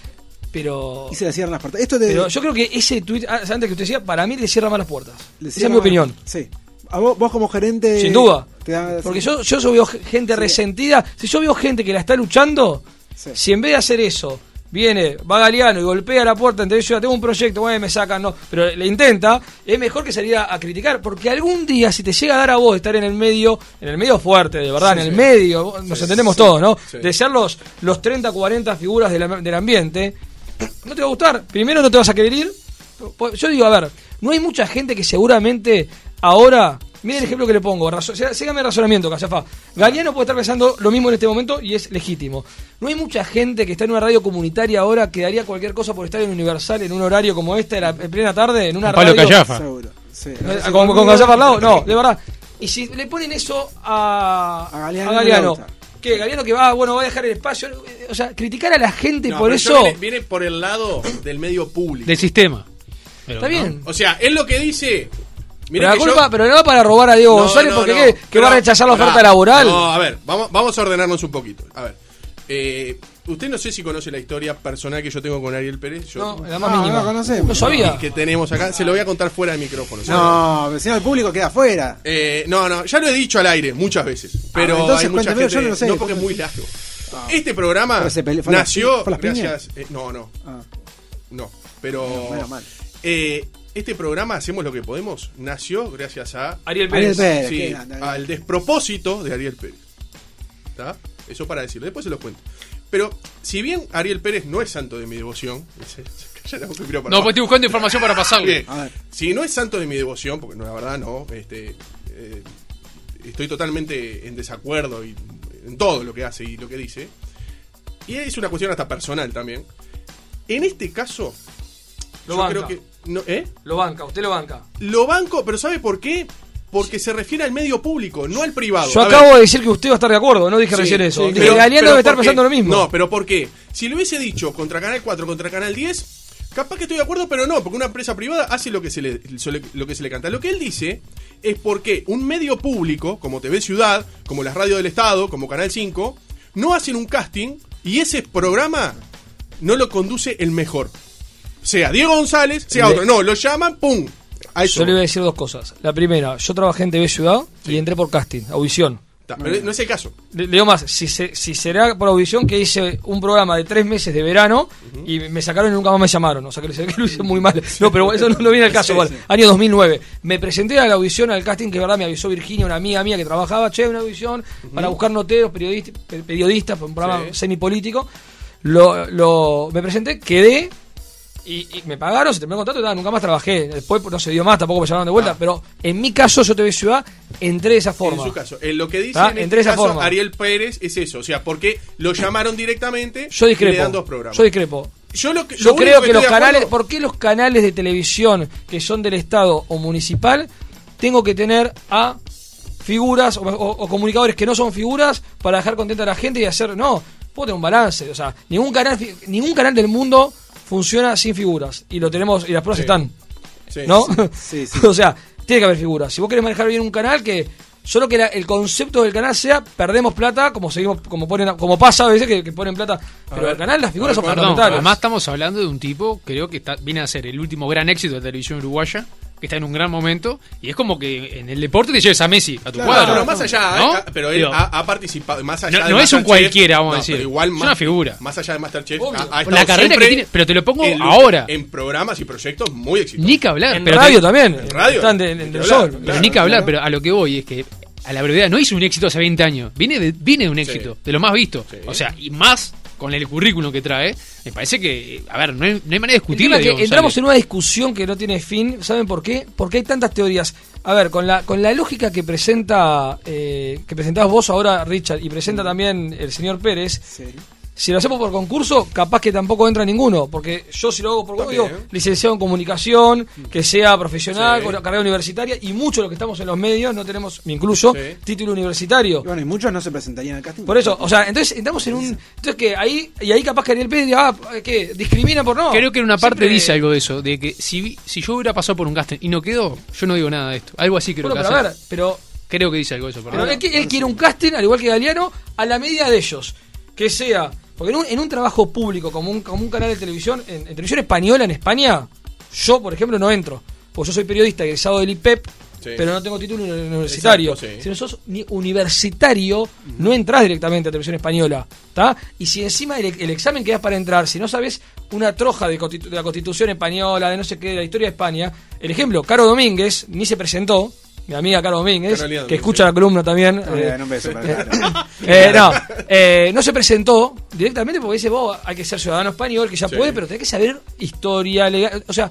S4: Pero.
S3: Y se le cierran las puertas. Esto de-
S4: Pero yo creo que ese tweet, ah, antes que usted decía, para mí le cierra más las puertas.
S3: Le
S4: Esa es
S3: cierran
S4: mi opinión.
S3: las- Sí. A vos, vos como gerente.
S4: Sin duda.
S3: te da-
S4: Porque
S3: sí.
S4: yo, yo, yo veo gente resentida. Si yo veo gente que la está luchando, si en vez de hacer eso, viene, va Galeano y golpea la puerta, entre yo tengo un proyecto, bueno, me sacan, no, pero le intenta, es mejor que salir a, a criticar. Porque algún día, si te llega a dar a vos estar en el medio, en el medio fuerte, de verdad,
S5: Sí,
S4: en el
S5: sí.
S4: medio, vos- nos
S5: Sí,
S4: entendemos
S5: sí,
S4: todos, ¿no?
S5: sí.
S4: De ser los, los 30, 40 figuras del am- del ambiente, no te va a gustar. Primero no te vas a querer ir. Po- Yo digo, a ver, no hay mucha gente que seguramente ahora. Mira el ejemplo que le pongo. razo- sé- Sígame el razonamiento, Cachafa. Galeano puede estar pensando lo mismo en este momento y es legítimo. No hay mucha gente que está en una radio comunitaria ahora que daría cualquier cosa por estar en Universal en un horario como este, de la- en plena tarde, en una
S5: Con Pablo
S4: radio.
S5: Callafa.
S3: Seguro. Sí.
S4: No, ¿Con, con Callafa al lado? No, de verdad. Y si le ponen eso a, a Galeano.
S3: no le gusta.
S4: ¿Qué? Galeano que va, bueno, va a dejar el espacio. eh, O sea, criticar a la gente
S6: No,
S4: por
S6: pero yo
S4: eso.
S6: Viene, viene por el lado del medio público.
S5: Del sistema.
S4: Está bien.
S6: O sea, es lo que dice.
S4: Pero
S6: Mirá
S4: la
S6: que yo-
S4: culpa, pero no va para robar a Diego
S6: No,
S4: González
S6: no,
S4: porque
S6: no.
S4: ¿qué? que
S6: Pero,
S4: va a rechazar la
S6: pará,
S4: oferta laboral.
S6: No, a ver, vamos, vamos a ordenarnos un poquito. A ver. eh, usted no sé si conoce la historia personal que yo tengo con Ariel Pérez. Yo,
S4: No, la más Ah, No, mínima. no la conocemos. No sabía.
S6: Y Que tenemos acá. Se lo voy a contar fuera del micrófono. ¿sabes?
S3: No, pero si no, el público queda afuera.
S6: Eh, no, no, ya lo he dicho al aire muchas veces. Pero
S3: Ah, entonces
S6: hay mucha
S3: cuéntemelo,
S6: gente-
S3: yo no lo sé.
S6: porque es muy largo. Este programa
S3: Pero se peleó- fue la-
S6: nació
S3: fue las piñas.
S6: gracias. eh, no, no.
S3: Ah,
S6: No, pero.
S3: Bueno, bueno, mal.
S6: Eh, este programa Hacemos lo que podemos nació gracias a.
S4: Ariel
S3: Pérez. Ariel Pérez,
S6: Sí,
S3: qué grande, Ariel.
S6: al despropósito de Ariel Pérez. ¿Está? Eso para decirlo, después se los cuento. Pero, si bien Ariel Pérez no es santo de mi devoción. se- se calla la boca y mira para
S5: No,
S6: abajo.
S5: pues estoy buscando información para pasarlo.
S6: Bien. Si no es santo de mi devoción, porque no, la verdad no, este, eh, estoy totalmente en desacuerdo y, en todo lo que hace y lo que dice. Y es una cuestión hasta personal también. En este caso,
S4: Lo
S6: yo
S4: banca.
S6: creo que. no, ¿eh?
S4: Lo banca, usted lo banca.
S6: Lo banco, pero ¿sabe por qué? Porque se refiere al medio público, no al privado.
S4: Yo
S6: A ver,
S4: acabo de decir que usted va a estar de acuerdo, no dije recién eso.
S6: sí,
S4: dije
S6: pero-
S4: Galeano
S6: pero
S4: debe estar
S6: ¿por qué?
S4: pensando lo mismo.
S6: No, pero ¿por qué? Si lo hubiese dicho contra Canal 4, contra Canal 10, capaz que estoy de acuerdo, pero no, porque una empresa privada hace lo que se le, lo que se le canta. Lo que él dice es porque un medio público, como TV Ciudad, como las radios del Estado, como Canal 5, no hacen un casting y ese programa no lo conduce el mejor. Sea Diego González, sea
S4: Le-
S6: otro. No, lo llaman, ¡pum! A eso.
S4: Yo le voy a decir dos cosas. La primera, yo trabajé en TV Ciudad y entré por casting, audición.
S6: Ta, pero no es el caso.
S4: Le- Leo más, si, se- si será por audición que hice un programa de tres meses de verano y me sacaron y nunca más me llamaron. O sea que lo hice, que lo hice muy mal. No, pero eso no, no viene al caso. igual. Año 2009. Me presenté a la audición, al casting, que de verdad me avisó Virginia, una amiga mía que trabajaba, che, una audición para buscar noteros, periodistas, periodistas para un programa
S5: Sí.
S4: semipolítico. Lo, lo- me presenté, quedé y, y me pagaron, se terminó el contrato y nada, nunca más trabajé. Después no se dio más, tampoco me llamaron de vuelta. Pero en mi caso, yo TV Ciudad, entré de esa forma.
S6: Ah. En su caso, en lo que dice
S4: ¿Está?
S6: en este
S4: Entre esa
S6: caso,
S4: forma.
S6: Ariel Pérez es eso, o sea, porque lo llamaron directamente
S4: Yo
S6: y le dan dos
S4: discrepo.
S6: programas.
S4: Yo discrepo.
S6: Yo lo que-
S4: Yo
S6: lo único
S4: creo que,
S6: estoy
S4: los
S6: de acuerdo-
S4: canales, ¿por qué los canales de televisión que son del Estado o municipal tengo que tener a figuras o, o- o comunicadores que no son figuras para dejar contenta a la gente y hacer, no, puedo tener un balance, o sea, ningún canal fi- ningún canal del mundo funciona sin figuras y lo tenemos y las pruebas
S5: Sí.
S4: están.
S6: Sí,
S4: ¿No?
S3: sí,
S4: o sea, tiene que haber figuras. Si vos querés manejar bien un canal que solo que la- el concepto del canal sea perdemos plata, como seguimos como ponen como pasa a veces que, que ponen plata, pero
S5: ver,
S4: el canal las figuras son
S5: Perdón,
S4: fundamentales.
S5: Además, estamos hablando de un tipo, creo que está- viene a ser el último gran éxito de la televisión uruguaya, que está en un gran momento, y es como que en el deporte te lleves a Messi, a tu
S6: Claro,
S5: cuadro.
S6: pero más allá,
S5: ¿no?
S6: eh, pero él
S5: Digo,
S6: ha, ha participado más allá
S5: no-
S6: de
S5: no es un
S6: Masterchef,
S5: cualquiera, vamos a
S6: no,
S5: decir.
S6: pero igual
S5: Es
S6: más-
S5: una figura.
S6: Más allá de MasterChef,
S5: Obvio.
S6: ha- ha
S5: Por la
S6: estado
S5: carrera que
S6: siempre
S5: tiene, pero te lo pongo
S6: en lucha,
S5: ahora.
S6: En programas y proyectos muy exitosos.
S5: Ni que hablar.
S6: En
S5: pero
S6: radio
S5: te-
S6: también, En radio.
S4: están de- de-
S6: Ni que
S4: del
S6: hablar,
S4: sol.
S6: claro.
S5: Pero ni que hablar, pero a lo que voy es que a la brevedad no hizo un éxito hace 20 años. Viene de, viene de un éxito, de lo más visto. O sea, y más con el currículum que trae. Me parece que, eh, a ver, no hay, no hay manera de
S4: El tema
S5: discutirlo.
S4: es que entramos en una discusión que no tiene fin. ¿Saben por qué? Porque hay tantas teorías. A ver, con la, con la lógica que
S6: Mm.
S4: presenta eh, que presentás vos ahora, Richard, y presenta también el señor Pérez, Si lo hacemos por concurso, capaz que tampoco entra ninguno, porque yo si lo hago por concurso,
S5: bien.
S4: digo, licenciado en comunicación,
S3: Mm.
S4: que sea profesional,
S5: Sí.
S4: con la carrera universitaria, y muchos de los que estamos en los medios no tenemos, me incluyo,
S3: Sí.
S4: título universitario.
S3: bueno, y muchos no se presentarían al casting.
S4: Por eso, o sea, entonces estamos en un. Entonces que ahí, y ahí capaz que Ariel Pérez diga, ah, ¿qué? ¿Discrimina por no?
S5: Creo que en una parte
S4: Siempre-
S5: dice algo de eso, de que si, vi- si yo hubiera pasado por un casting y no quedó, yo no digo nada de esto. Algo así creo
S4: Bueno,
S5: que
S4: pero a
S5: hace.
S4: ver, pero
S5: Creo que dice algo de eso,
S4: Pero
S5: perdón.
S4: él, él quiere un casting, al igual que Galeano, a la medida de ellos. Que sea. Porque en un, en un trabajo público, como un, como un canal de televisión, en, en televisión española en España, yo, por ejemplo, no entro. Porque yo soy periodista egresado del IPEP,
S5: Sí.
S4: pero no tengo título uni- universitario.
S5: Exacto, sí.
S4: Si no sos ni universitario, no entras directamente a televisión española. ¿tá? Y si encima el, el examen que das para entrar, si no sabes una troja de, constitu- de la constitución española, de no sé qué, de la historia de España. El ejemplo, Caro Domínguez ni se presentó. Mi amiga Caro Domínguez,
S3: Carolina Domínguez,
S4: que escucha la columna también.
S3: Ah,
S4: eh,
S3: bien, un beso para
S4: eh,
S3: Caro.
S4: eh, no, eh, no se presentó directamente porque dice, vos hay que ser ciudadano español, que ya
S5: Sí.
S4: puede, pero tenés que saber historia, legal. O sea,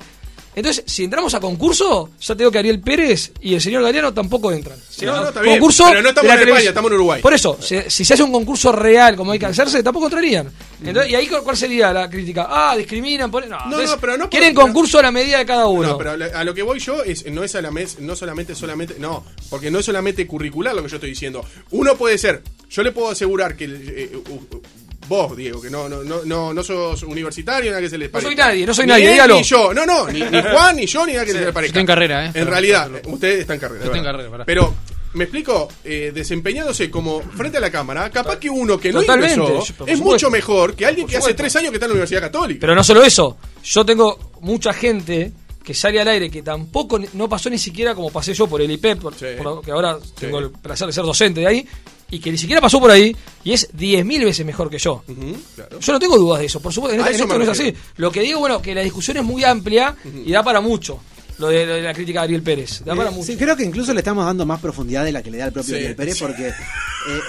S4: entonces, si entramos a concurso, ya te digo que Ariel Pérez y el señor Galeano tampoco entran. Si
S6: No,
S4: no,
S6: no, está bien,
S4: concurso
S6: pero no estamos
S4: de la
S6: en España,
S4: televisión.
S6: estamos en Uruguay.
S4: Por eso, si, si se hace un concurso real como hay que hacerse, tampoco entrarían. Entonces, ¿Y ahí cuál sería la crítica? Ah, discriminan, ponen. No, entonces,
S6: no, pero no por-
S4: Quieren concurso a la medida de cada uno.
S6: No, pero a la- a lo que voy yo es no es a la mes, no solamente solamente no, porque no es solamente curricular lo que yo estoy diciendo. Uno puede ser, yo le puedo asegurar que el- eh, u- u- vos, Diego, que no no no no, no sos universitario, nada que se le parezca.
S4: soy nadie, no soy
S6: Ni
S4: nadie,
S6: él,
S4: dígalo.
S6: Ni yo, no, no, ni, ni Juan ni yo ni nada que
S5: Sí,
S6: se le
S5: yo
S6: parezca.
S5: estoy en carrera, eh,
S6: En
S5: para-
S6: realidad,
S5: para-
S6: usted está en carrera.
S5: Yo estoy en
S6: verdad.
S5: carrera, pará.
S6: Pero me explico, eh, desempeñándose como frente a la cámara, capaz que uno que no
S4: Totalmente,
S6: ingresó
S4: yo- por
S6: es
S4: supuesto.
S6: mucho mejor que alguien
S4: Por
S6: que hace
S4: supuesto.
S6: tres años que está en la Universidad Católica.
S4: Pero no solo eso, yo tengo mucha gente que sale al aire que tampoco ni- no pasó ni siquiera como pasé yo por el IPEP, por- por lo que ahora tengo el placer de ser docente de ahí, y que ni siquiera pasó por ahí y es 10.000 veces mejor que yo. Yo no tengo dudas de eso, por supuesto, en,
S5: A
S4: este- en
S5: eso
S4: esto
S5: me
S4: no es así.
S5: refiero.
S4: Lo que digo, bueno, que la discusión es muy amplia y da para mucho. Lo de, lo de la crítica de Ariel Pérez, da
S3: Eh,
S4: para mucho.
S3: sí, creo que incluso le estamos dando más profundidad de la que le da el propio
S4: Sí.
S3: Ariel Pérez, porque eh,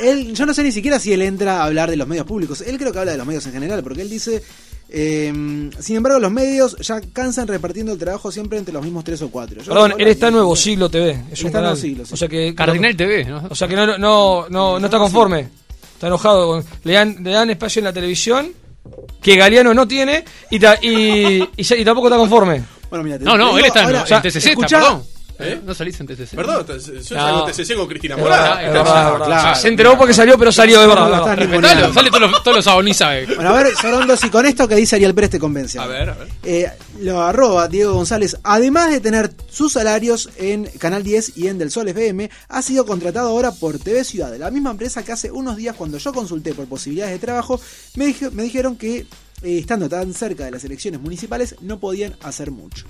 S3: él, yo no sé ni siquiera si él entra a hablar de los medios públicos. Él creo que habla de los medios en general, porque él dice. eh, sin embargo, los medios ya cansan repartiendo el trabajo siempre entre los mismos tres o cuatro. Yo
S4: Perdón,
S3: creo que
S4: él
S3: habla-
S4: está en Nuevo Siglo TV. Es
S3: Él
S4: un
S3: está en
S4: canal.
S3: Nuevo Siglo, sí.
S4: O sea que,
S3: Cardinal
S4: TV, ¿no? O sea que no, no, no, no, no está conforme. Está enojado. con- le, dan, le dan espacio en la televisión que Galeano no tiene y, ta- y, y ya- y tampoco está conforme.
S3: Bueno, mira, te-
S5: No,
S3: te
S5: no,
S3: digo,
S5: él está en-
S3: ahora-
S5: en, TCC, está,
S3: escuchá-
S5: perdón. No saliste en TCC.
S6: ¿Eh? Perdón, yo salgo
S5: No.
S6: en TCC con Cristina
S5: Es
S6: Morada.
S5: verdad, es verdad, es verdad.
S3: Claro.
S5: Se enteró porque
S4: salió, pero salió, es
S3: No, no
S5: verdad.
S3: estás
S5: Respetalo,
S3: ninguneando.
S5: sale todos los, todos los sábados, ni sabe.
S3: Bueno, a ver, Sorondo, si con esto que dice Ariel Pérez te convence.
S5: A ver, a ver.
S3: Eh, lo arroba Diego González, además de tener sus salarios en Canal 10 y en Del Sol FM, ha sido contratado ahora por TV Ciudad, la misma empresa que hace unos días cuando yo consulté por posibilidades de trabajo, me, dije- me dijeron que eh, estando tan cerca de las elecciones municipales no podían hacer mucho.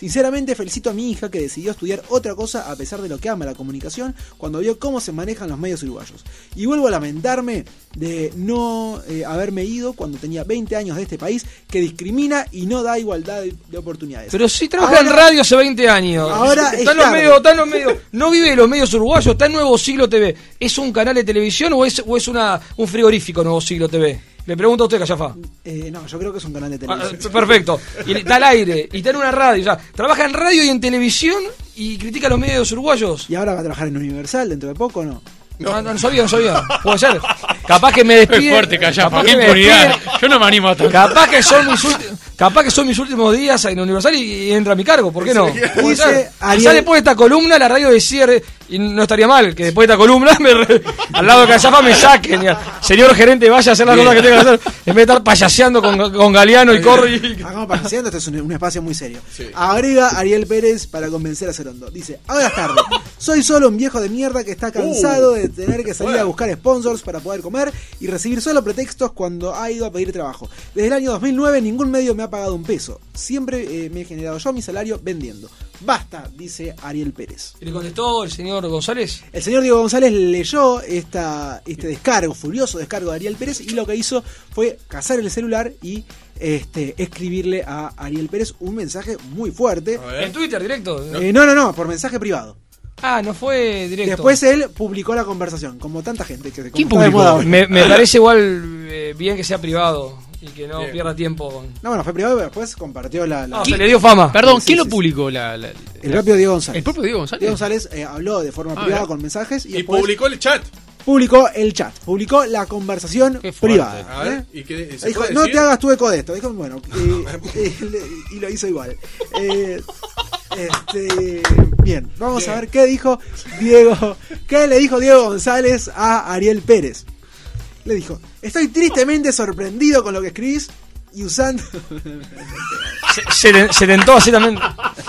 S3: Sinceramente felicito a mi hija que decidió estudiar otra cosa a pesar de lo que ama la comunicación cuando vio cómo se manejan los medios uruguayos. Y vuelvo a lamentarme de no eh, haberme ido cuando tenía 20 años de este país que discrimina y no da igualdad de, de oportunidades.
S4: Pero sí trabaja en
S3: Ahora-
S4: radio hace 20 años.
S3: Ahora es
S4: está en los
S3: tarde.
S4: medios, está en los medios. No vive de los medios uruguayos, está en Nuevo Siglo TV. ¿Es un canal de televisión o es, o es una, un frigorífico Nuevo Siglo TV? Le pregunto a usted, Callafa.
S3: Eh, no, yo creo que es un canal de
S4: Ah,
S3: televisión.
S4: ah, perfecto. Y le- está al aire, y está en una radio. O sea, trabaja en radio y en televisión y critica a los medios uruguayos.
S3: Y ahora va a trabajar en Universal dentro de poco, ¿no?
S4: No, no, no sabía, no sabía. Puede ser. Capaz que me despiden.
S5: Es fuerte, Callafa,
S4: capaz
S5: qué
S4: que me
S5: impunidad.
S4: despiden.
S5: Yo no me animo a tanto.
S4: Capaz que son mis últimos. Capaz que son mis últimos días en Universal y, y entra a mi cargo, ¿por qué no?
S3: Dice
S4: Puede ser.
S3: Ariel-
S4: Quizá después de esta columna la radio de cierre, y no estaría mal que después de esta columna me re- al lado de Callafa me saquen. y al- señor gerente, vaya a hacer la nota que tenga que hacer. En vez de estar payaseando con, con Galeano y Corro y
S3: Hagamos paseando, este es un, un espacio muy serio. Agrega Ariel Pérez para convencer a Cerondo. Dice, ahora es tarde. Soy solo un viejo de mierda que está cansado
S7: Uh,
S3: de tener que salir a buscar sponsors para poder comer y recibir solo pretextos cuando ha ido a pedir trabajo. Desde el año 2009 ningún medio me ha pagado un peso. Siempre eh, me he generado yo mi salario vendiendo. Basta, dice Ariel Pérez.
S4: ¿Y le contestó el señor González?
S3: El señor Diego González leyó esta, este descargo, furioso descargo de Ariel Pérez, y lo que hizo fue cazar el celular y este, escribirle a Ariel Pérez un mensaje muy fuerte.
S4: En Twitter directo.
S3: Eh, no, no, no, por mensaje privado.
S4: Ah, no fue directo.
S3: Después él publicó la conversación, como tanta gente que como
S4: ¿Quién
S3: está de moda
S4: publicó?
S3: ahora.
S4: Me, me parece igual eh, bien que sea privado y que no pierda tiempo con.
S3: No, bueno, fue privado, pero después compartió la. la-
S4: No, se le dio fama.
S5: Perdón,
S3: Sí,
S5: ¿quién
S3: sí,
S5: lo
S3: sí.
S5: publicó? La, la-
S3: El propio Diego González.
S5: ¿El propio Diego González?
S3: Diego González eh, habló de forma
S5: Ah,
S3: privada
S5: mira.
S3: con mensajes y,
S6: Y
S3: después-
S6: publicó el chat.
S3: publicó el chat, publicó la conversación privada.
S6: A ver,
S3: ¿eh?
S6: ¿y qué- se
S3: Dijo,
S6: puede
S3: no
S6: decir?
S3: te hagas tu eco de esto. Dijo, bueno, eh, y, lo hizo igual. Eh, este, bien, vamos a ver qué dijo Diego, qué le dijo Diego González a Ariel Pérez. Le dijo, estoy tristemente sorprendido con lo que escribís y usando...
S4: Se, te- se tentó así también.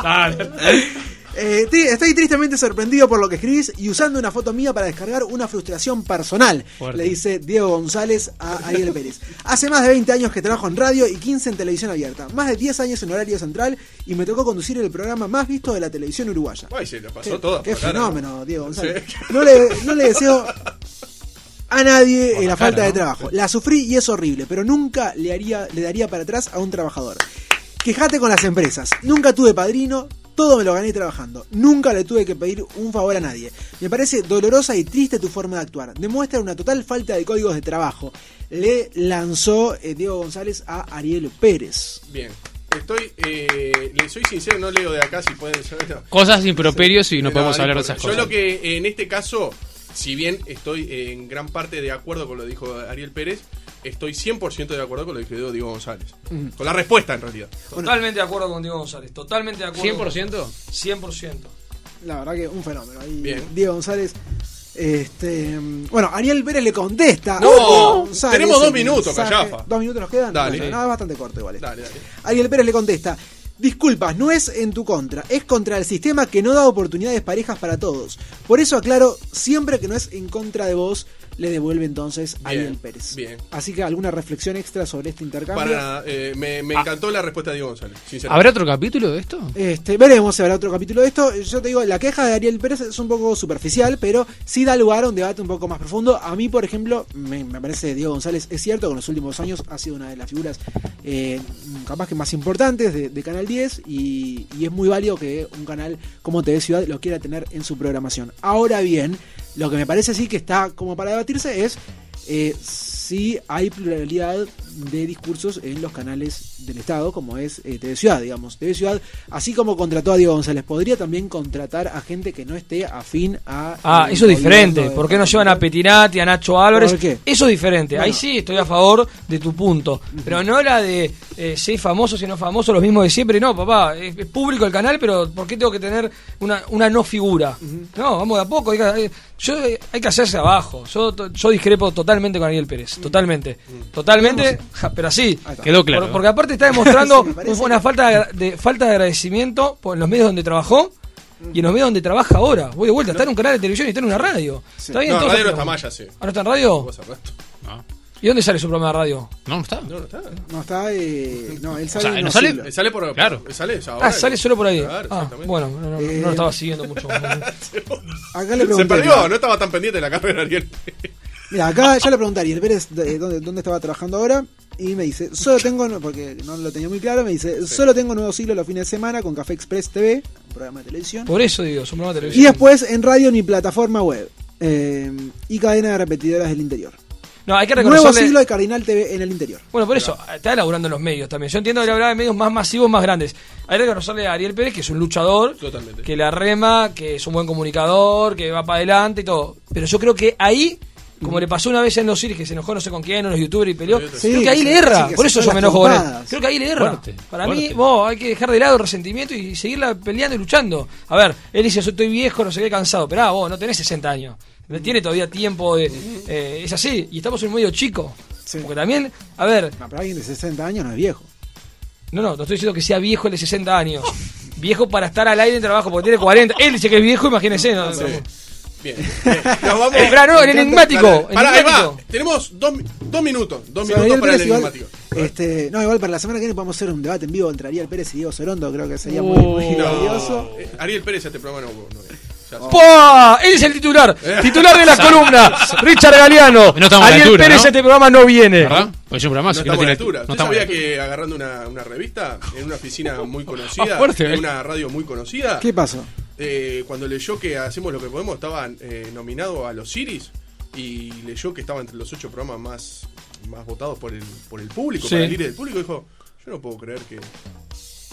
S4: Dale.
S3: Eh, tri- estoy tristemente sorprendido por lo que escribís y usando una foto mía para descargar una frustración personal,
S7: Fuerte.
S3: le dice Diego González a Ariel Pérez. Hace más de 20 años que trabajo en radio y 15 en televisión abierta, más de 10 años en horario central y me tocó conducir el programa más visto de la televisión uruguaya.
S6: Ay, se la pasó
S3: Qué-
S6: toda.
S3: Qué
S6: por cara,
S3: fenómeno,
S6: ¿no?
S3: Diego González.
S6: Sí.
S3: No, le, no le deseo a nadie eh, la
S6: cara,
S3: falta de
S6: ¿no?
S3: trabajo. La sufrí y es horrible, pero nunca le, haría, le daría para atrás a un trabajador. Quejate con las empresas. Nunca tuve padrino, todo me lo gané trabajando. Nunca le tuve que pedir un favor a nadie. Me parece dolorosa y triste tu forma de actuar. Demuestra una total falta de códigos de trabajo. Le lanzó eh, Diego González a Ariel Pérez.
S6: Bien. Estoy, eh, le soy sincero, no leo de acá si pueden saber. no.
S5: Cosas improperios y no podemos hablar de
S6: importa.
S5: esas
S6: Yo
S5: cosas.
S6: lo que en este caso, si bien estoy en gran parte de acuerdo con lo que dijo Ariel Pérez, estoy 100% de acuerdo con lo que dijo Diego González.
S4: Ujú.
S6: Con la respuesta en realidad.
S4: Totalmente de acuerdo con Diego González. Totalmente de acuerdo.
S5: ¿100%?
S4: 100%.
S3: La verdad que un fenómeno. Ahí
S4: Bien.
S3: Diego González. Este, bueno, Ariel Pérez le contesta. a
S6: No,
S3: Diego González
S6: tenemos dos
S3: el
S6: minutos,
S3: mensaje.
S6: Callafa.
S3: Dos minutos nos quedan.
S6: Dale.
S3: Bueno, nada, es bastante corto igual. esto.
S6: Dale, dale.
S3: Ariel Pérez le contesta. Disculpas, no es en tu contra, es contra el sistema que no da oportunidades parejas para todos. Por eso aclaro, siempre que no es en contra de vos, le devuelve entonces a Ariel Pérez.
S6: Bien.
S3: Así que alguna reflexión extra sobre este intercambio.
S6: Para nada, eh, me, me encantó la respuesta de Diego González. Sinceramente.
S5: Ah. ¿Habrá otro capítulo de esto?
S3: Este, veremos si habrá otro capítulo de esto. Yo te digo, la queja de Ariel Pérez es un poco superficial, pero sí da lugar a un debate un poco más profundo. A mí, por ejemplo, me, me parece que Diego González es cierto que en los últimos años ha sido una de las figuras eh, capaz que más importantes de, de Canal 10 y, y es muy válido que un canal como TV Ciudad lo quiera tener en su programación. Ahora bien, lo que me parece sí que está como para debatirse es eh, si hay pluralidad de discursos en los canales del Estado, como es eh, TV Ciudad, digamos. TV Ciudad, así como contrató a Diego González, podría también contratar a gente que no esté afín a...
S4: Ah,
S3: el
S4: eso es diferente.
S3: gobierno de-
S4: ¿Por qué no llevan a Petinati, a Nacho Álvarez?
S3: ¿Por qué?
S4: Eso es diferente. Ahí
S3: Bueno.
S4: sí estoy a favor de tu punto. Pero no la de eh, si es famoso, si no es famoso, los mismos de siempre. No, papá, es, es público el canal, pero ¿por qué tengo que tener una, una no figura? No, vamos de a poco. Hay que, eh, yo, eh, hay que hacerse abajo. Yo, to- yo discrepo totalmente con Ariel Pérez. Totalmente. Totalmente. ja, pero así.
S5: Quedó claro.
S4: Por- porque aparte está demostrando
S5: Sí, me parece.
S4: una falta de, de- falta de agradecimiento por en los medios donde trabajó y en los medios donde trabaja ahora. Voy de vuelta, está en un canal de televisión y está en una radio. Está bien,
S6: No,
S4: todos
S6: radio no
S4: sabemos.
S6: está Maya, sí.
S4: ¿Ah, no está en radio?
S6: Vos cerraste.
S4: ¿Y dónde sale su programa de radio?
S5: No, no está.
S6: No, no está.
S3: No está... eh, no, él sale...
S4: sea,
S3: en
S4: ¿no
S3: unos
S4: sale?
S3: siglos.
S6: Sale por. Claro. Sale ahora.
S4: ah, sale solo por ahí.
S6: Claro,
S4: ah,
S6: exactamente.
S4: bueno, no, no- no
S6: Eh,
S4: lo estaba siguiendo mucho.
S3: Acá le
S6: Se
S3: pregunté...
S6: perdió, no estaba tan pendiente de la carrera de Ariel.
S3: Mira, acá ya le pregunté a Ariel Pérez de- eh, dónde, dónde estaba trabajando ahora y me dice, solo tengo, no- porque no lo tenía muy claro, me dice, solo tengo nuevo siglo los fines de semana con Café Express TV, un programa de televisión.
S4: Por eso digo, su programa de
S3: Y
S4: televisión.
S3: después en radio ni plataforma web eh, y cadena de repetidoras del interior.
S4: no, hay que
S3: Nuevo
S4: reconocerle.
S3: siglo de Cardinal TV en el interior.
S4: Bueno, por eso, está elaborando en los medios también. Yo entiendo que hablaba de medios más masivos, más grandes. Hay que reconocerle a Ariel Pérez, que es un luchador, que la rema, que es un buen comunicador, que va para adelante y todo. Pero yo creo que ahí, como le pasó una vez en los Sirius, que se enojó no sé con quién, en los youtubers y peleó,
S5: Mm. Sí,
S4: creo que ahí
S5: sí,
S4: le erra.
S5: sí, que
S4: por
S5: se
S4: eso
S5: fue
S4: yo
S5: a
S4: me
S5: las
S4: enojo con él.
S5: trompadas.
S4: Creo que ahí le erra.
S5: Fuerte,
S4: para mí,
S5: fuerte.
S4: vos, hay que dejar de lado el resentimiento y seguirla peleando y luchando. A ver, él dice, yo estoy viejo, no sé qué, cansado. Pero ah, vos no tenés 60 años. No Tiene todavía tiempo de... eh, es así, y estamos en un medio chico. Porque también, a ver,
S3: No, Ah, pero alguien de 60 años no es viejo.
S4: no, no, no estoy diciendo que sea viejo el de 60 años. viejo para estar al aire en trabajo, porque tiene 40. Él dice que es viejo, imagínense. No,
S6: Sí. Bien.
S4: Nos vamos- Eh, pará, no, el enigmático,
S6: Pará, ahí va.
S4: enigmático.
S6: Tenemos dos, mi- dos minutos. Dos
S3: Sí,
S6: minutos
S3: Ariel
S6: para el
S3: Pérez igual-
S6: enigmático.
S3: este, no, igual para la semana que viene podemos hacer un debate en vivo entre Ariel Pérez y Diego Sorondo, creo que sería muy, muy
S6: No.
S3: valioso.
S6: Eh, Ariel Pérez a este programa no. no ya-
S4: ¡Pua! Él es el titular, titular de la columna, Richard Galeano.
S5: No estamos a la
S4: Ariel
S5: altura,
S4: Pérez
S5: ¿no?
S4: este programa no viene.
S5: ¿Verdad? Porque es un programa
S6: no
S5: que no
S6: estamos a
S5: tiene
S6: la altura.
S5: no
S6: Usted
S5: estamos a la
S6: sabía que agarrando una, una revista en una oficina muy
S5: Ah,
S6: conocida,
S5: fuerte,
S6: en
S5: eh.
S6: una radio muy conocida,
S3: ¿Qué pasó?
S6: eh, cuando leyó que hacemos lo que podemos, estaba eh, nominado a los Siris y leyó que estaba entre los ocho programas más, más votados por el, por el público,
S5: Sí.
S6: para el líder del público, dijo, yo no puedo creer que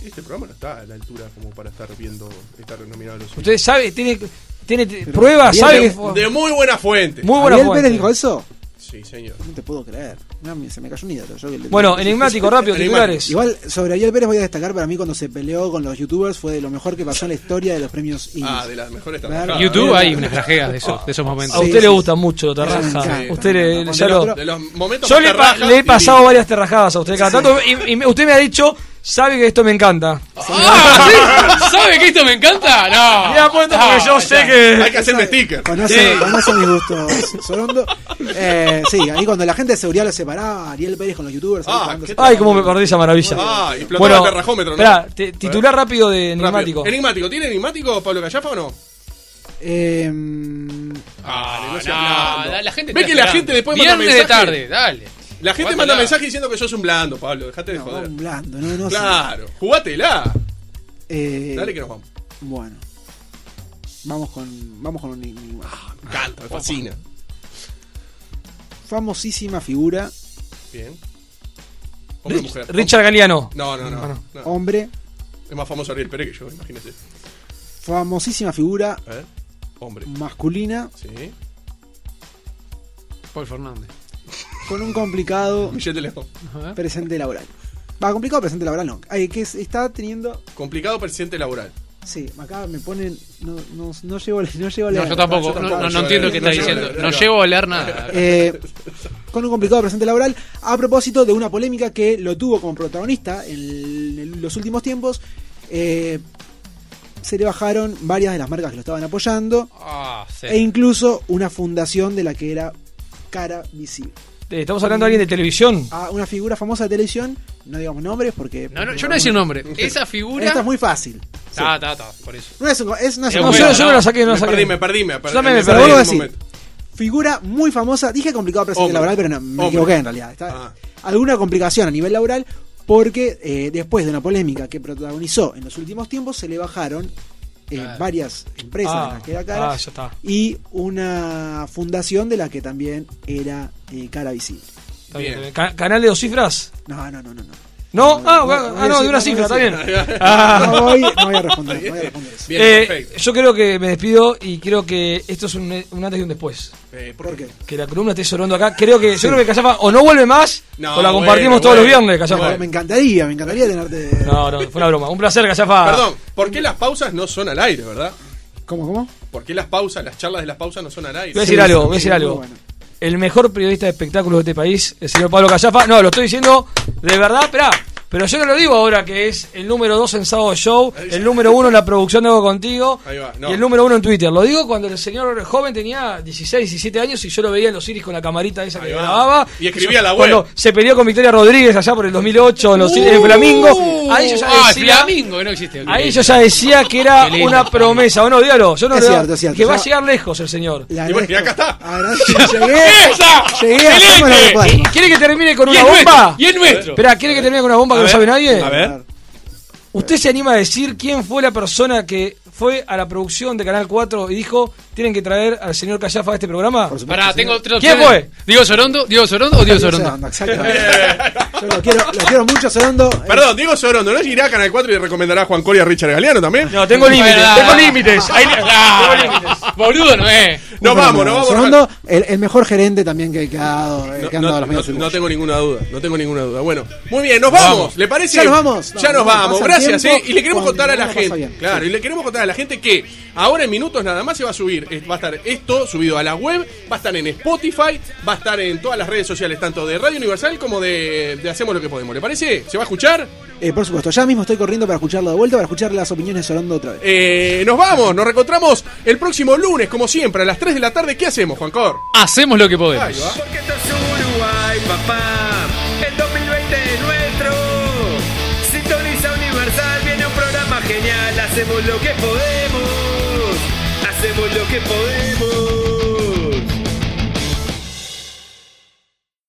S6: este programa no está a la altura como para estar viendo, estar nominado a los Siris.
S4: Ustedes saben, tiene, tiene t- pruebas, sabe que fue-
S6: De muy buena fuente.
S4: Muy buena
S3: ¿Ariel
S4: fuente.
S3: Pérez dijo eso?
S6: Sí, señor.
S3: No te puedo creer. No, me- se me cayó un ídolo. yo que le-
S4: Bueno, enigmático, rápido, titulares.
S3: Igual, sobre Ariel Pérez voy a destacar para mí cuando se peleó con los youtubers fue de lo mejor que pasó en la historia de los premios Indies.
S6: Ah, de las mejores
S3: Claro.
S6: trabajadas.
S5: YouTube hay unas grajeas de esos, de esos momentos.
S4: A usted le gusta mucho lo terraja.
S5: Sí.
S4: Usted le-
S5: Sí.
S4: ya
S5: De
S4: lo-
S5: los- de los momentos
S4: Yo
S5: más
S4: le, pa-
S5: terrajas,
S4: le he pasado
S5: divino.
S4: varias terrajadas a usted cada tanto. Y, y me- usted me ha dicho, sabe que esto me encanta.
S5: ¡Ah! ¿sí? ¿Sabe que esto me encanta? No.
S4: Me ha puesto
S5: ah,
S4: porque yo sé que- Hay que hacerme
S6: sticker.
S3: Conoce, conoce mis gustos, Sorondo. Eh, sí, ahí cuando la gente de seguridad lo separaba, Ariel Pérez con los youtubers. ahí
S5: Ah.
S3: cuando se-
S4: Ay, cómo me perdí esa maravilla.
S6: Ah, y explotaba
S4: bueno,
S6: el terrajómetro, ¿no?
S4: esperá, te- titular rápido de
S6: Rápido.
S4: enigmático.
S6: Enigmático. ¿Tiene enigmático Pablo Callafa o no?
S3: Em,
S6: Ah,
S5: no, la- la gente
S6: Ve
S5: está
S6: que la
S5: esperando.
S6: gente después manda
S5: Viernes de
S6: mensaje.
S5: tarde, dale.
S6: La gente
S5: Jugátela.
S6: manda mensaje diciendo que sos un blando, Pablo. Dejate de joder.
S3: un blando, no, no sé.
S6: claro, jugátela.
S3: Eh,
S6: Dale que nos vamos.
S3: Bueno. Vamos con, vamos con un enigma.
S5: Ah.
S6: Me encanta, me fascina.
S3: Famosísima figura,
S6: Bien. Hombre o
S4: Rich-
S6: mujer.
S4: Richard Galeano.
S6: No, no, no,
S4: Bueno.
S5: Ah.
S6: no.
S3: hombre,
S6: Es más famoso Ariel Pérez que yo, imagínese.
S3: famosísima figura
S6: A ver. Hombre.
S3: masculina
S6: Sí.
S5: Paul Fernández.
S3: con un complicado
S6: Michelle de León.
S5: Ajá.
S3: presente laboral. Va, complicado presente laboral no. Ay, que es- está teniendo.
S6: Complicado presidente laboral.
S3: Sí, acá me ponen. No, no, no llego, a leer- no llego a
S5: No,
S3: leer.
S5: yo tampoco, no, no- no entiendo qué está diciendo. No llego a leer nada.
S3: Eh, con un complicado presente laboral, a propósito de una polémica que lo tuvo como protagonista en, el- en los últimos tiempos, eh, se le bajaron varias de las marcas que lo estaban apoyando
S5: Ah, sí.
S3: e incluso una fundación de la que era cara visible.
S4: Eh, Estamos hablando de alguien de televisión.
S3: A una figura famosa de televisión, no digamos nombres porque...
S5: No, no, yo no decía un nombre. Esa figura.
S3: Esta es muy fácil.
S5: Ta, ta, ta, por eso.
S3: No es, un- es una-
S5: Es
S3: no,
S5: buena,
S3: yo-
S4: Yo,
S3: yo-
S4: yo no la saqué, no la
S6: Me
S4: saqué.
S6: perdí, me perdí, me perdí.
S4: Yo también me
S3: perdí.
S6: en un
S3: Vuelvo a
S6: momento.
S3: figura muy famosa, dije complicado presente
S6: Hombre.
S3: laboral, pero no, me
S6: Hombre.
S3: equivoqué en realidad. Está-
S6: Ah.
S3: alguna complicación a nivel laboral porque eh, después de una polémica que protagonizó en los últimos tiempos se le bajaron eh,
S5: Claro.
S3: varias empresas de
S4: Ah,
S3: las que era cara
S4: ah, ya está.
S3: y una fundación de la que también era eh, cara visible.
S4: Está bien,
S6: Bien.
S4: está bien. Ca- ¿Canal de dos cifras?
S3: No, no, no, no. no.
S4: No, ah,
S3: voy a
S4: ah, no,
S3: decir-
S4: de una
S3: no,
S4: cifra, está
S3: voy a
S4: bien.
S3: decir-
S4: Ah.
S3: No voy, no voy a responder, no voy a responder eso.
S6: Bien,
S4: Eh,
S6: perfecto.
S4: yo creo que me despido y creo que esto es un, un antes y un después.
S6: Eh, ¿por
S3: ¿Por
S6: qué?
S3: qué?
S4: Que la columna esté sonando acá. Creo que, Yo creo que Callafa o no vuelve más
S6: No,
S4: o la
S6: bueno,
S4: compartimos todos los
S6: bueno,
S4: viernes, Callafa.
S3: Pero me encantaría, me encantaría tenerte.
S4: No, no, fue una broma. Un placer, Callafa.
S6: Perdón, ¿por qué las pausas no son al aire, verdad?
S3: ¿Cómo, cómo?
S6: ¿Por qué las pausas, las charlas de las pausas no son al aire?
S4: Voy a decir
S3: Sí,
S4: algo,
S3: sí,
S4: voy a decir
S3: muy
S4: algo.
S3: bueno.
S4: El mejor periodista de espectáculos de este país, el señor Pablo Callafa. No, lo estoy diciendo de verdad, esperá. Pero yo no lo digo ahora que es el número dos en Sábado Show, el número uno en la producción de Hago Contigo
S6: Ahí va, no.
S4: y el número uno en Twitter. Lo digo cuando el señor joven tenía 16, 17 años y yo lo veía en los iris con la camarita esa que
S6: va.
S4: grababa.
S6: Y escribía la
S4: Cuando
S6: web. Uh.
S4: se peleó con Victoria Rodríguez allá por el 2008 en los iris de Flamingo. Ahí yo ya
S5: Ah,
S4: decía...
S5: Flamingo, que no existe.
S4: Ahí yo ya decía que era
S5: Qué lindo.
S4: una promesa. Bueno, dígalo. Yo no
S3: Es
S4: lo-
S3: cierto, es cierto.
S4: Que va a
S3: Ya-
S4: llegar lejos el señor.
S3: Le
S6: Y bueno, y acá
S3: agradezco.
S6: está.
S3: Agradezco, llegué.
S5: ¡Esa!
S3: Llegué, hacemos lo que podemos.
S4: ¿Quiere que termine con
S5: Y
S4: una
S5: es
S4: bomba?
S5: nuestro. Y es nuestro.
S4: Espera, ¿quiere que termine con una bomba que no sabe nadie?
S6: A ver.
S4: ¿Usted se anima a decir quién fue la persona que fue a la producción de Canal 4 y dijo, tienen que traer al señor Callafa a este programa?
S3: Por supuesto,
S5: Pará,
S3: señor.
S5: tengo tres
S4: ¿Quién
S5: opciones. ¿Diego Sorondo? ¿Diego Sorondo o Diego Sorondo?
S3: Exacto. Yo lo quiero, lo quiero mucho, Sorondo. Eh,
S6: Perdón, Diego Sorondo, ¿no irá a Canal 4 y recomendará a Juan Coria a Richard Galeano también?
S4: No, tengo límites,
S5: Pará.
S4: tengo límites. Ahí-
S5: Ah, Boludo, no es.
S6: No vamos, no vamos.
S3: Sorondo, Eh, el, el mejor gerente también que, que ha dado, eh,
S6: No,
S3: que han dado
S6: no,
S3: los
S6: no,
S3: medios
S6: no
S3: uruguayos.
S6: tengo ninguna duda, no tengo ninguna duda. Bueno, muy bien, nos vamos.
S5: Vamos.
S6: ¿Le parece?
S3: Ya nos vamos.
S6: ya
S3: No,
S6: nos
S3: no,
S6: vamos.
S3: pasa el
S6: Gracias,
S3: tiempo.
S6: ¿eh? Y le queremos
S3: Cuando
S6: contar a la
S3: uno pasa
S6: gente.
S3: bien.
S6: Claro, y le queremos contar a la gente que ahora en minutos nada más se va a subir. eh, Va a estar esto subido a la web, va a estar en Spotify, va a estar en todas las redes sociales, tanto de Radio Universal como de, de Hacemos lo que podemos. ¿Le parece? ¿Se va a escuchar?
S3: Eh, por supuesto, ya mismo estoy corriendo para escucharlo de vuelta, para escuchar las opiniones de Sorondo otra vez.
S6: Eh, nos vamos, nos reencontramos el próximo lunes, como siempre, a las 3 de la tarde. ¿Qué hacemos, Juan Cor?
S5: Hacemos lo que
S6: Ahí
S5: podemos.
S6: va.
S7: Porque esto es Uruguay, papá. El 2020 es nuestro. Sintoniza Universal, viene un programa genial. Hacemos lo que podemos. Hacemos lo que podemos.